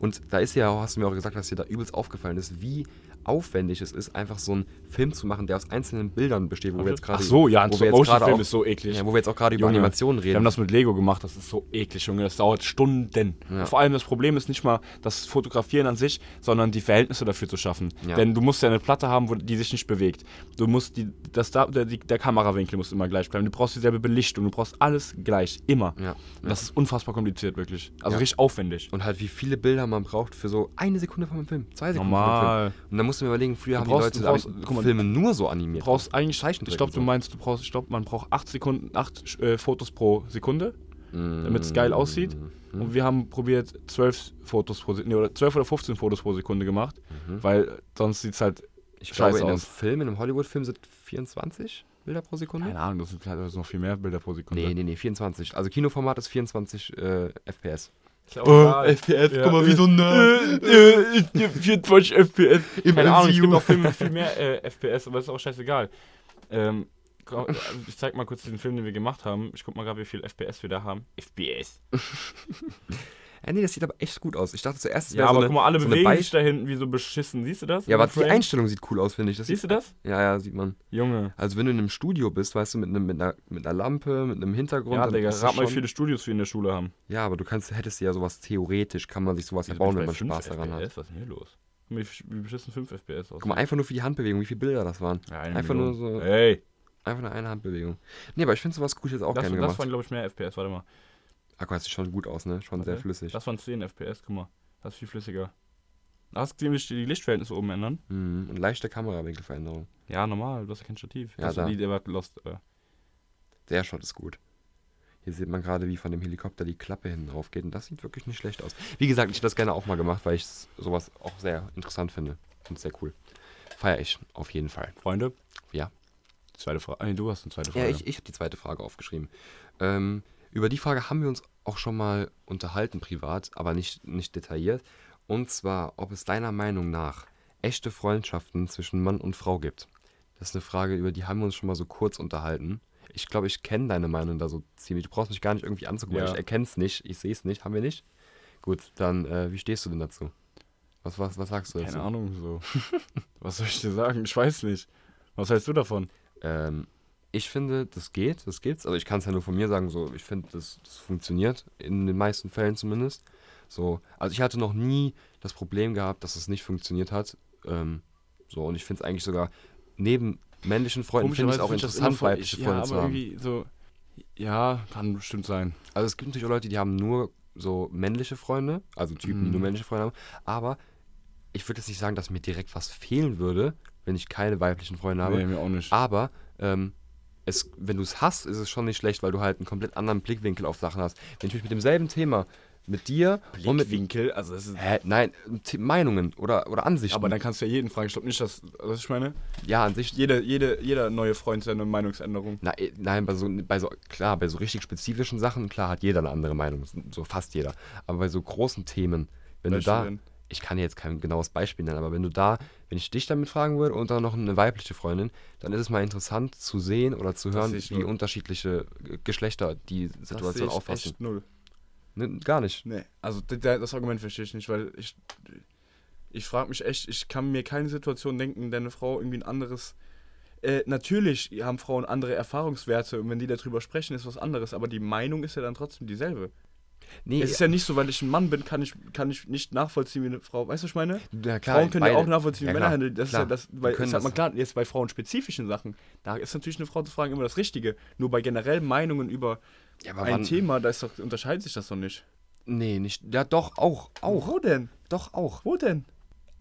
Speaker 2: Und da ist ja, auch- hast du mir auch gesagt, dass dir da übelst aufgefallen ist, wie aufwendig es ist, einfach so einen Film zu machen, der aus einzelnen Bildern besteht, wo wir jetzt gerade
Speaker 3: Ach so, ja, ein
Speaker 2: wo wir jetzt gerade
Speaker 3: Stop-Motion-Film
Speaker 2: auch-
Speaker 3: ist so eklig.
Speaker 2: Ja, wo wir jetzt auch gerade über
Speaker 3: Junge,
Speaker 2: Animationen
Speaker 3: Wir haben
Speaker 2: reden.
Speaker 3: das mit Lego gemacht, das ist so eklig, Junge. Das dauert Stunden.
Speaker 2: Ja.
Speaker 3: Vor allem das Problem ist nicht mal das Fotografieren an sich, sondern die Verhältnisse dafür zu schaffen.
Speaker 2: Ja.
Speaker 3: Denn du musst ja eine Platte haben, wo die sich nicht bewegt. Du musst die, das da, der, die, der Kamerawinkel muss immer gleich bleiben. Du brauchst dieselbe Belichtung, du brauchst alles gleich, immer.
Speaker 2: Ja,
Speaker 3: Und Das ist unfassbar kompliziert, wirklich. Also richtig aufwendig.
Speaker 2: und halt, wie viele Bilder man braucht für so eine Sekunde von einem Film, zwei Sekunden von
Speaker 3: Normal.
Speaker 2: einem Film. Und dann musst du mir überlegen, früher haben
Speaker 3: brauchst-
Speaker 2: die
Speaker 3: du
Speaker 2: Leute
Speaker 3: brauchst-
Speaker 2: damit
Speaker 3: guck mal,
Speaker 2: Filme nur so animiert.
Speaker 3: Du brauchst eigentlich,
Speaker 2: Zeichentrick
Speaker 3: ich glaube,
Speaker 2: und so.
Speaker 3: du meinst, du brauchst, ich glaube, man braucht 8 Sekunden, 8 äh, Fotos pro Sekunde, damit
Speaker 2: Mm-hmm.
Speaker 3: es geil aussieht. Und wir haben probiert 12 Fotos pro Sekunde, oder 12 oder 15 Fotos pro Sekunde gemacht,
Speaker 2: Mm-hmm.
Speaker 3: weil sonst sieht es halt
Speaker 2: ich glaube,
Speaker 3: scheiße
Speaker 2: in einem
Speaker 3: aus.
Speaker 2: Film, in einem Hollywood-Film sind 24 Bilder pro Sekunde.
Speaker 3: Keine Ahnung, das also sind halt noch viel mehr Bilder pro Sekunde.
Speaker 2: Nee, nee, nee, 24. Also Kinoformat ist 24 äh, FPS.
Speaker 1: Ist ja auch egal.
Speaker 3: FPS,
Speaker 1: Ja.
Speaker 3: guck mal, wie so ein
Speaker 1: ne?
Speaker 3: Nerd. Äh, äh, 24 FPS im
Speaker 1: Keine Ahnung, es gibt
Speaker 3: MCU.
Speaker 1: auch Filme mit viel mehr äh, FPS, aber ist auch scheißegal. Ähm, komm, ich zeig mal kurz den Film, den wir gemacht haben. Ich guck mal gerade, wie viel FPS wir da haben. FPS.
Speaker 2: Äh, nee, das sieht aber echt gut aus. Ich dachte zuerst, es
Speaker 1: Ja,
Speaker 2: wäre
Speaker 1: aber
Speaker 2: so eine,
Speaker 1: guck mal, alle
Speaker 2: so eine
Speaker 1: bewegen
Speaker 2: Beis-
Speaker 1: sich da hinten wie so beschissen. Siehst du das?
Speaker 2: Ja,
Speaker 1: In
Speaker 2: aber
Speaker 1: den
Speaker 2: die
Speaker 1: Frame?
Speaker 2: Einstellung sieht cool aus, finde ich. Das
Speaker 1: Siehst du
Speaker 2: sieht,
Speaker 1: das?
Speaker 2: Ja, ja, sieht man.
Speaker 1: Junge.
Speaker 2: Also wenn du in einem Studio bist, weißt du, mit, einem, mit, einer, mit einer Lampe, mit einem Hintergrund.
Speaker 1: Ja,
Speaker 2: dann
Speaker 1: Digga,
Speaker 2: ist das
Speaker 1: rat mal, wie
Speaker 2: schon-
Speaker 1: viele Studios wir in der Schule haben.
Speaker 2: Ja, aber du kannst, hättest ja sowas theoretisch, kann man sich sowas erbauen, wenn man Spaß daran hat.
Speaker 1: Was ist denn hier los? Wie, wie beschissen 5 FPS aus?
Speaker 2: Guck mal, einfach nur für die Handbewegung, wie viele Bilder das waren.
Speaker 1: Ja, eine
Speaker 2: einfach nur
Speaker 1: Million.
Speaker 2: so,
Speaker 1: Ey,
Speaker 2: einfach nur eine Handbewegung. Nee, aber ich finde sowas cool jetzt auch
Speaker 1: das,
Speaker 2: gerne
Speaker 1: das
Speaker 2: gemacht.
Speaker 1: waren, glaube ich, mehr FPS. Warte mal.
Speaker 2: Ach, guck, das sieht schon gut aus, ne? Schon sehr
Speaker 1: Warte.
Speaker 2: flüssig.
Speaker 1: Das waren 10 FPS, guck mal. Das ist viel flüssiger. Hast du gesehen, wie sich die Lichtverhältnisse oben ändern?
Speaker 2: Mhm. Und leichte Kamerawinkelveränderung.
Speaker 1: Ja, normal, du hast ja kein Stativ.
Speaker 2: Ja,
Speaker 1: das
Speaker 2: da.
Speaker 1: Lied, der war lost. Äh.
Speaker 2: Der Shot ist gut. Hier sieht man gerade, wie von dem Helikopter die Klappe hinten drauf geht. Und das sieht wirklich nicht schlecht aus. Wie gesagt, ich hätte das gerne auch mal gemacht, weil ich sowas auch sehr interessant finde. Und sehr cool. Feier ich, auf jeden Fall.
Speaker 3: Freunde?
Speaker 2: Ja.
Speaker 3: Zweite Frage. Ah, Nee, du hast eine zweite
Speaker 2: Ja,
Speaker 3: Frage.
Speaker 2: ich, ich habe die zweite Frage aufgeschrieben. Ähm, über die Frage haben wir uns auch schon mal unterhalten, privat, aber nicht, nicht detailliert. Und zwar, ob es deiner Meinung nach echte Freundschaften zwischen Mann und Frau gibt. Das ist eine Frage, über die haben wir uns schon mal so kurz unterhalten. Ich glaube, ich kenne deine Meinung da so ziemlich. Du brauchst mich gar nicht irgendwie anzugucken, weil
Speaker 1: Ja.
Speaker 2: ich erkenne es nicht, ich sehe es nicht, haben wir nicht. Gut, dann, äh, wie stehst du denn dazu? Was, was, was sagst du
Speaker 3: Keine
Speaker 2: dazu?
Speaker 3: Ahnung, so. Was soll ich dir sagen? Ich weiß nicht. Was hältst du davon?
Speaker 2: Ähm, ich finde, das geht, das gibt's. Also ich kann es ja nur von mir sagen, so ich finde, das, das funktioniert, in den meisten Fällen zumindest. So, also ich hatte noch nie das Problem gehabt, dass es nicht funktioniert hat. Ähm, so, und ich finde es eigentlich sogar neben männlichen Freunden finde ich es auch
Speaker 3: Komischerweise find
Speaker 2: interessant,
Speaker 3: immer voll-
Speaker 2: weibliche
Speaker 3: ich-
Speaker 2: Freunde zu
Speaker 3: Ja, aber
Speaker 2: haben.
Speaker 3: irgendwie so. Ja, kann bestimmt sein.
Speaker 2: Also es gibt natürlich auch Leute, die haben nur so männliche Freunde, also Typen, die
Speaker 3: Mhm.
Speaker 2: nur männliche Freunde haben, aber ich würde jetzt nicht sagen, dass mir direkt was fehlen würde, wenn ich keine weiblichen Freunde habe.
Speaker 3: nee, mir auch nicht.
Speaker 2: Aber ähm, es, wenn du es hast, ist es schon nicht schlecht, weil du halt einen komplett anderen Blickwinkel auf Sachen hast. Wenn ich mich mit demselben Thema, mit dir und mit.
Speaker 3: Winkel, also das ist.
Speaker 2: Hä? Nein, The- Meinungen oder, oder Ansichten.
Speaker 3: Aber dann kannst du ja jeden fragen. Ich glaube nicht, dass. Was ich meine?
Speaker 2: ja, an sich.
Speaker 3: Jede, jede, jeder neue Freund hat eine Meinungsänderung.
Speaker 2: Na, eh, nein, bei so, bei so, klar, bei so richtig spezifischen Sachen, klar, hat jeder eine andere Meinung. So fast jeder. Aber bei so großen Themen, wenn
Speaker 3: Welche
Speaker 2: du da.
Speaker 3: denn?
Speaker 2: Ich kann dir jetzt kein genaues Beispiel nennen, aber wenn du da, wenn ich dich damit fragen würde und dann noch eine weibliche Freundin, dann ist es mal interessant zu sehen oder zu hören,
Speaker 3: sehe ich
Speaker 2: wie
Speaker 3: null.
Speaker 2: unterschiedliche äh, Geschlechter die Situation auffassen.
Speaker 3: null.
Speaker 2: Ne, gar nicht.
Speaker 3: Nee, also d- d- das Argument verstehe ich nicht, weil ich. Ich frage mich echt, ich kann mir keine Situation denken, in der eine Frau irgendwie ein anderes. Äh, natürlich haben Frauen andere Erfahrungswerte und wenn die darüber sprechen, ist was anderes, aber die Meinung ist ja dann trotzdem dieselbe.
Speaker 2: Nee,
Speaker 3: Es ist ja nicht so, weil ich ein Mann bin, kann ich, kann ich nicht nachvollziehen, wie eine Frau. Weißt du, was ich meine?
Speaker 2: na klar,
Speaker 3: Frauen können ja
Speaker 2: beide.
Speaker 3: auch nachvollziehen, wie
Speaker 2: Ja,
Speaker 3: Männer
Speaker 2: klar,
Speaker 3: handeln. Das
Speaker 2: klar.
Speaker 3: ist ja das,
Speaker 2: Die
Speaker 3: weil,
Speaker 2: können
Speaker 3: ich sag mal,
Speaker 2: das-
Speaker 3: klar, jetzt bei frauenspezifischen Sachen, da ist natürlich eine Frau zu fragen immer das Richtige. Nur bei generell Meinungen über
Speaker 2: Ja, aber
Speaker 3: ein
Speaker 2: wann-
Speaker 3: Thema, da ist doch, unterscheidet sich das doch nicht.
Speaker 2: Nee, nicht. Ja, doch, auch, auch,
Speaker 3: Wo denn?
Speaker 2: doch, auch.
Speaker 3: Wo denn?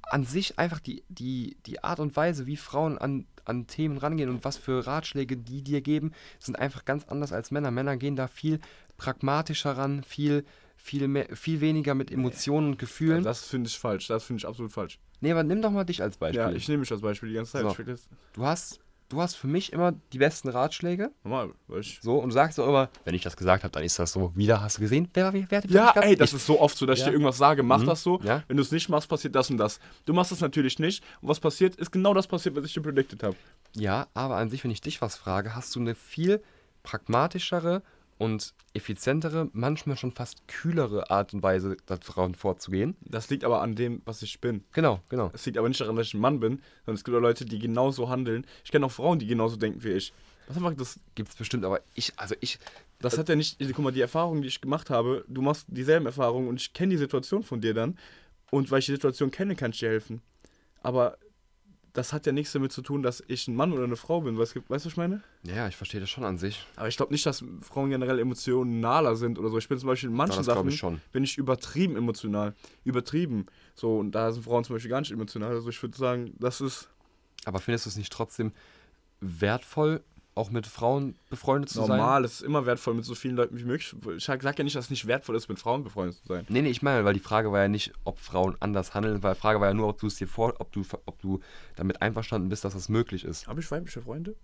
Speaker 2: An sich einfach die, die, die Art und Weise, wie Frauen an, an Themen rangehen und was für Ratschläge die dir geben, sind einfach ganz anders als Männer. Männer gehen da viel pragmatischer ran, viel, viel, mehr, viel weniger mit Emotionen und Gefühlen.
Speaker 3: Das finde ich falsch, das finde ich absolut falsch.
Speaker 2: nee, aber nimm doch mal dich als Beispiel.
Speaker 3: Ja, ich nehme mich als Beispiel die ganze Zeit.
Speaker 2: So.
Speaker 3: Ich vergesse-
Speaker 2: du, hast, du hast für mich immer die besten Ratschläge.
Speaker 3: Normal, weil ich.
Speaker 2: So, und sagst auch immer, wenn ich das gesagt habe, dann ist das so. Wieder hast du gesehen? Wer, wer, wer hat die
Speaker 3: Ja,
Speaker 2: Chance gehabt?
Speaker 3: ey, das
Speaker 2: Ich.
Speaker 3: ist so oft so, dass ich Mhm.
Speaker 2: Ja.
Speaker 3: dir irgendwas sage, mach das so.
Speaker 2: Ja.
Speaker 3: Wenn du es nicht machst, passiert das und das. Du machst es natürlich nicht. Und was passiert, ist genau das passiert, was ich dir predicted habe.
Speaker 2: Ja, aber an sich, wenn ich dich was frage, hast du eine viel pragmatischere und effizientere, manchmal schon fast kühlere Art und Weise, daran vorzugehen.
Speaker 3: Das liegt aber an dem, was ich bin.
Speaker 2: Genau, genau.
Speaker 3: Es liegt aber nicht daran, dass ich ein Mann bin, sondern es gibt auch Leute, die genauso handeln. Ich kenne auch Frauen, die genauso denken wie ich. Das, ist einfach, das,
Speaker 2: Gibt's bestimmt, aber ich, also ich,
Speaker 3: das hat ja nicht. Guck mal, die Erfahrungen, die ich gemacht habe, du machst dieselben Erfahrungen und ich kenne die Situation von dir dann. Und weil ich die Situation kenne, kann ich dir helfen. Aber das hat ja nichts damit zu tun, dass ich ein Mann oder eine Frau bin. Weißt, du- weißt du, was ich meine?
Speaker 2: ja, ich verstehe das schon an sich.
Speaker 3: Aber ich glaube nicht, dass Frauen generell emotionaler sind oder so. Ich bin zum Beispiel in manchen
Speaker 2: das glaub
Speaker 3: Sachen
Speaker 2: ich schon.
Speaker 3: bin ich übertrieben emotional. Übertrieben. So, und da sind Frauen zum Beispiel gar nicht emotional. Also ich würde sagen, das ist
Speaker 2: Aber findest du es nicht trotzdem wertvoll, auch mit Frauen befreundet zu sein?
Speaker 3: normal. Es ist immer wertvoll, mit so vielen Leuten wie möglich. Ich sag sag ja nicht, dass es nicht wertvoll ist, mit Frauen befreundet zu sein.
Speaker 2: Nee, nee, ich meine, weil die Frage war ja nicht, ob Frauen anders handeln, weil die Frage war ja nur, ob du es dir vor, ob du, ob du damit einverstanden bist, dass das möglich ist.
Speaker 3: Habe ich weibliche Freunde?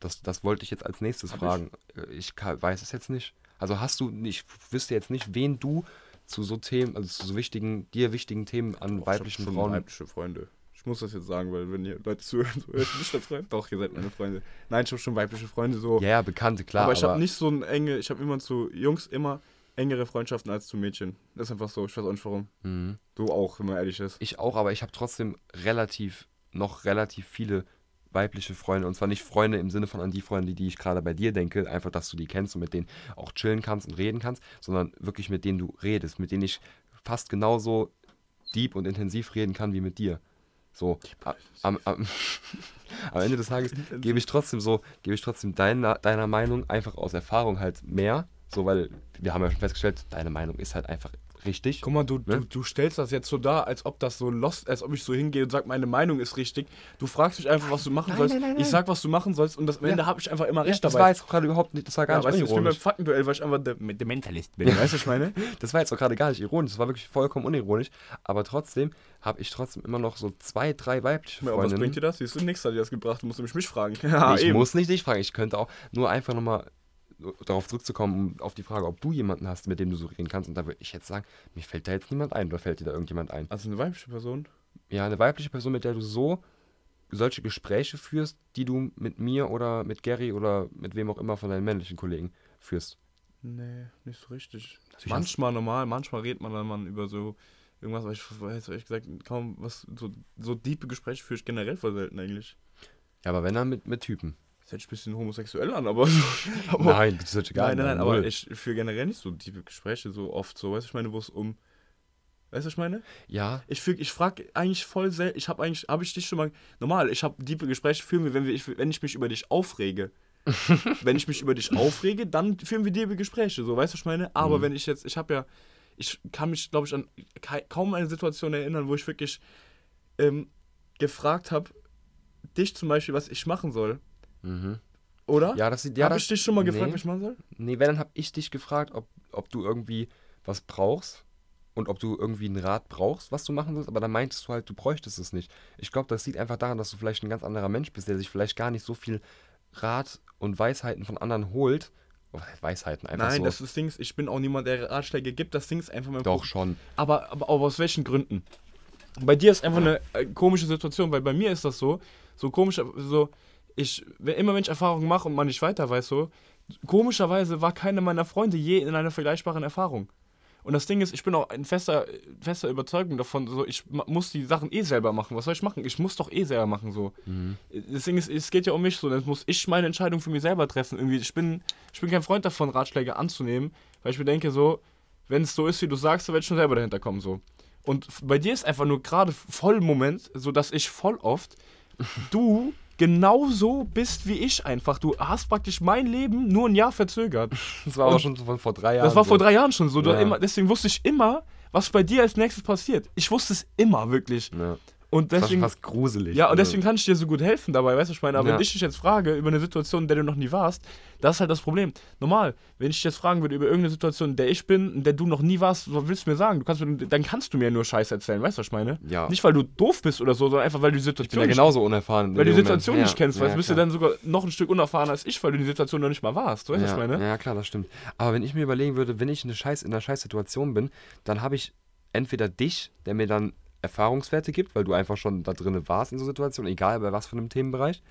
Speaker 2: Das, das wollte ich jetzt als nächstes
Speaker 3: Hab ich?
Speaker 2: fragen. Äh, Ich, ka- weiß es jetzt nicht. Also hast du, ich wüsste jetzt nicht, wen du zu so Themen, also zu so wichtigen, dir wichtigen Themen an weiblichen
Speaker 3: ich hab schon
Speaker 2: Frauen.
Speaker 3: weibliche Freunde. Ich muss das jetzt sagen, weil wenn ihr Leute zuhören, so, ihr seid meine Freunde. Doch, ihr seid meine Freunde. Nein, ich habe schon weibliche Freunde so.
Speaker 2: Ja, ja, bekannte, klar.
Speaker 3: aber ich habe nicht so ein enge, ich habe immer zu Jungs immer engere Freundschaften als zu Mädchen. Das ist einfach so, ich weiß auch nicht warum.
Speaker 2: Mhm.
Speaker 3: Du auch, wenn man ehrlich ist.
Speaker 2: Ich auch, aber ich habe trotzdem relativ, noch relativ viele weibliche Freunde. Und zwar nicht Freunde im Sinne von an die Freunde, die ich gerade bei dir denke, einfach, dass du die kennst und mit denen auch chillen kannst und reden kannst, sondern wirklich mit denen du redest, mit denen ich fast genauso deep und intensiv reden kann wie mit dir. So, a- am, am, am Ende des Tages gebe ich trotzdem so, gebe ich trotzdem deiner, deiner Meinung einfach aus Erfahrung halt mehr. So, weil wir haben ja schon festgestellt, deine Meinung ist halt einfach richtig.
Speaker 3: Guck mal, du,
Speaker 2: Ne?
Speaker 3: du, du stellst das jetzt so dar, als ob das so lost, als ob ich so hingehe und sag, meine Meinung ist richtig. Du fragst mich einfach, was du machen sollst. Ich sag, was du machen sollst und das am Ende habe ich einfach immer recht
Speaker 2: das
Speaker 3: dabei.
Speaker 2: war jetzt gerade überhaupt nicht, das war gar
Speaker 3: ja, weißt du,
Speaker 2: nicht
Speaker 3: ich bin beim
Speaker 2: unironisch.
Speaker 3: Faktenduell, weil ich einfach der, der Mentalist bin. Weißt du, was ich meine?
Speaker 2: Das war jetzt auch gerade gar nicht ironisch, das war wirklich vollkommen unironisch. Aber trotzdem habe ich trotzdem immer noch so zwei, drei weibliche
Speaker 3: Aber was bringt
Speaker 2: Freundinnen.
Speaker 3: dir das? Siehst du, nichts hat dir das gebracht. Du musst nämlich mich fragen. Ja,
Speaker 2: ich
Speaker 3: eben.
Speaker 2: muss nicht dich fragen, ich könnte auch nur einfach nochmal darauf zurückzukommen, um auf die Frage, ob du jemanden hast, mit dem du so reden kannst. Und da würde ich jetzt sagen, mir fällt da jetzt niemand ein oder fällt dir da irgendjemand ein?
Speaker 3: Also eine weibliche Person.
Speaker 2: Ja, eine weibliche Person, mit der du so solche Gespräche führst, die du mit mir oder mit Gary oder mit wem auch immer von deinen männlichen Kollegen führst.
Speaker 3: Nee, nicht so richtig.
Speaker 2: Natürlich
Speaker 3: manchmal normal, manchmal redet man dann mal über so irgendwas, aber ich weiß ehrlich gesagt kaum was, so, so diepe Gespräche führe ich generell voll selten eigentlich.
Speaker 2: Ja, aber wenn dann mit, mit Typen.
Speaker 3: Das hört sich ein bisschen homosexuell an, aber. aber
Speaker 2: Nein, das ist
Speaker 3: nein, nein, nein, aber
Speaker 2: null.
Speaker 3: ich führe generell nicht so tiefe Gespräche so oft so. Weißt du, ich meine, wo es um. Weißt du, was ich meine?
Speaker 2: Ja,
Speaker 3: Ich, fühl- ich frage eigentlich voll selten. Ich habe eigentlich, habe ich dich schon mal. Normal, ich habe tiefe Gespräche, führen wir, wenn, wir, ich, wenn ich mich über dich aufrege. wenn ich mich über dich aufrege, dann führen wir tiefe Gespräche, so, weißt du, was ich meine?
Speaker 2: Mhm.
Speaker 3: Aber wenn ich jetzt, ich habe ja. Ich kann mich, glaube ich, an kei- kaum eine Situation erinnern, wo ich wirklich ähm, gefragt habe, dich zum Beispiel, was ich machen soll.
Speaker 2: Mhm.
Speaker 3: Oder?
Speaker 2: Ja, das sieht ja
Speaker 3: Hab
Speaker 2: das,
Speaker 3: ich dich schon mal gefragt,
Speaker 2: nee.
Speaker 3: was ich machen soll?
Speaker 2: Nee, wenn dann hab ich dich gefragt, ob, ob du irgendwie was brauchst und ob du irgendwie einen Rat brauchst, was du machen sollst, aber dann meintest du halt, du bräuchtest es nicht. Ich glaube, das liegt einfach daran, dass du vielleicht ein ganz anderer Mensch bist, der sich vielleicht gar nicht so viel Rat und Weisheiten von anderen holt. Oh, Weisheiten einfach
Speaker 3: Nein,
Speaker 2: so.
Speaker 3: das ist Dings. Ich bin auch niemand, der Ratschläge gibt. Das Ding ist einfach mein
Speaker 2: Doch
Speaker 3: Pro-
Speaker 2: schon.
Speaker 3: Aber, aber, aber aus welchen Gründen? Bei dir ist einfach eine äh, komische Situation, weil bei mir ist das so. So komisch, so. Ich, wenn immer wenn ich Erfahrungen mache und man nicht weiter weiß, so. Komischerweise war keiner meiner Freunde je in einer vergleichbaren Erfahrung. Und das Ding ist, ich bin auch in fester, fester Überzeugung davon, so, ich ma- muss die Sachen eh selber machen. Was soll ich machen? Ich muss doch eh selber machen, so. Das Ding ist, es geht ja um mich so, dann muss ich meine Entscheidung für mich selber treffen. Irgendwie, ich bin, ich bin kein Freund davon, Ratschläge anzunehmen, weil ich mir denke, so, wenn es so ist, wie du sagst, dann werde ich schon selber dahinter kommen, so. Und f- bei dir ist einfach nur gerade voll im Moment, so dass ich voll oft, du genauso bist wie ich einfach. Du hast praktisch mein Leben nur ein Jahr verzögert.
Speaker 2: Das war aber schon so von vor drei Jahren.
Speaker 3: Das war
Speaker 2: so.
Speaker 3: vor drei Jahren schon so. Du
Speaker 2: Ja.
Speaker 3: immer, deswegen wusste ich immer, was bei dir als nächstes passiert. Ich wusste es immer, wirklich.
Speaker 2: Ja.
Speaker 3: Und
Speaker 2: Mhm. Ne. Das war schon
Speaker 3: deswegen,
Speaker 2: fast gruselig.
Speaker 3: ja, und
Speaker 2: ne?
Speaker 3: deswegen kann ich dir so gut helfen dabei, weißt du, ich meine, aber
Speaker 2: Ja.
Speaker 3: wenn ich dich jetzt frage über eine Situation, in der du noch nie warst, das ist halt das Problem. Normal, wenn ich dich jetzt fragen würde über irgendeine Situation, in der ich bin, in der du noch nie warst, was willst du mir sagen? Du kannst, mir- dann kannst du mir nur Scheiß erzählen, weißt du, was ich meine?
Speaker 2: Ja.
Speaker 3: Nicht, weil du doof bist oder so, sondern einfach, weil du die
Speaker 2: Ich bin
Speaker 3: Situation
Speaker 2: ja
Speaker 3: nicht-
Speaker 2: genauso unerfahren. in
Speaker 3: weil du
Speaker 2: dem
Speaker 3: die
Speaker 2: Moment.
Speaker 3: Situation
Speaker 2: Ja,
Speaker 3: nicht kennst,
Speaker 2: ja,
Speaker 3: weißt du, bist du
Speaker 2: klar.
Speaker 3: dann sogar noch ein Stück unerfahrener als ich, weil du die Situation noch nicht mal warst, weißt du, was
Speaker 2: ja,
Speaker 3: ich meine?
Speaker 2: Ja, klar, das stimmt. Aber wenn ich mir überlegen würde, wenn ich eine Scheiß, in einer Scheißsituation bin, dann habe ich entweder dich, der mir dann Erfahrungswerte gibt, weil du einfach schon da drin warst in so Situationen, egal bei was für einem Themenbereich.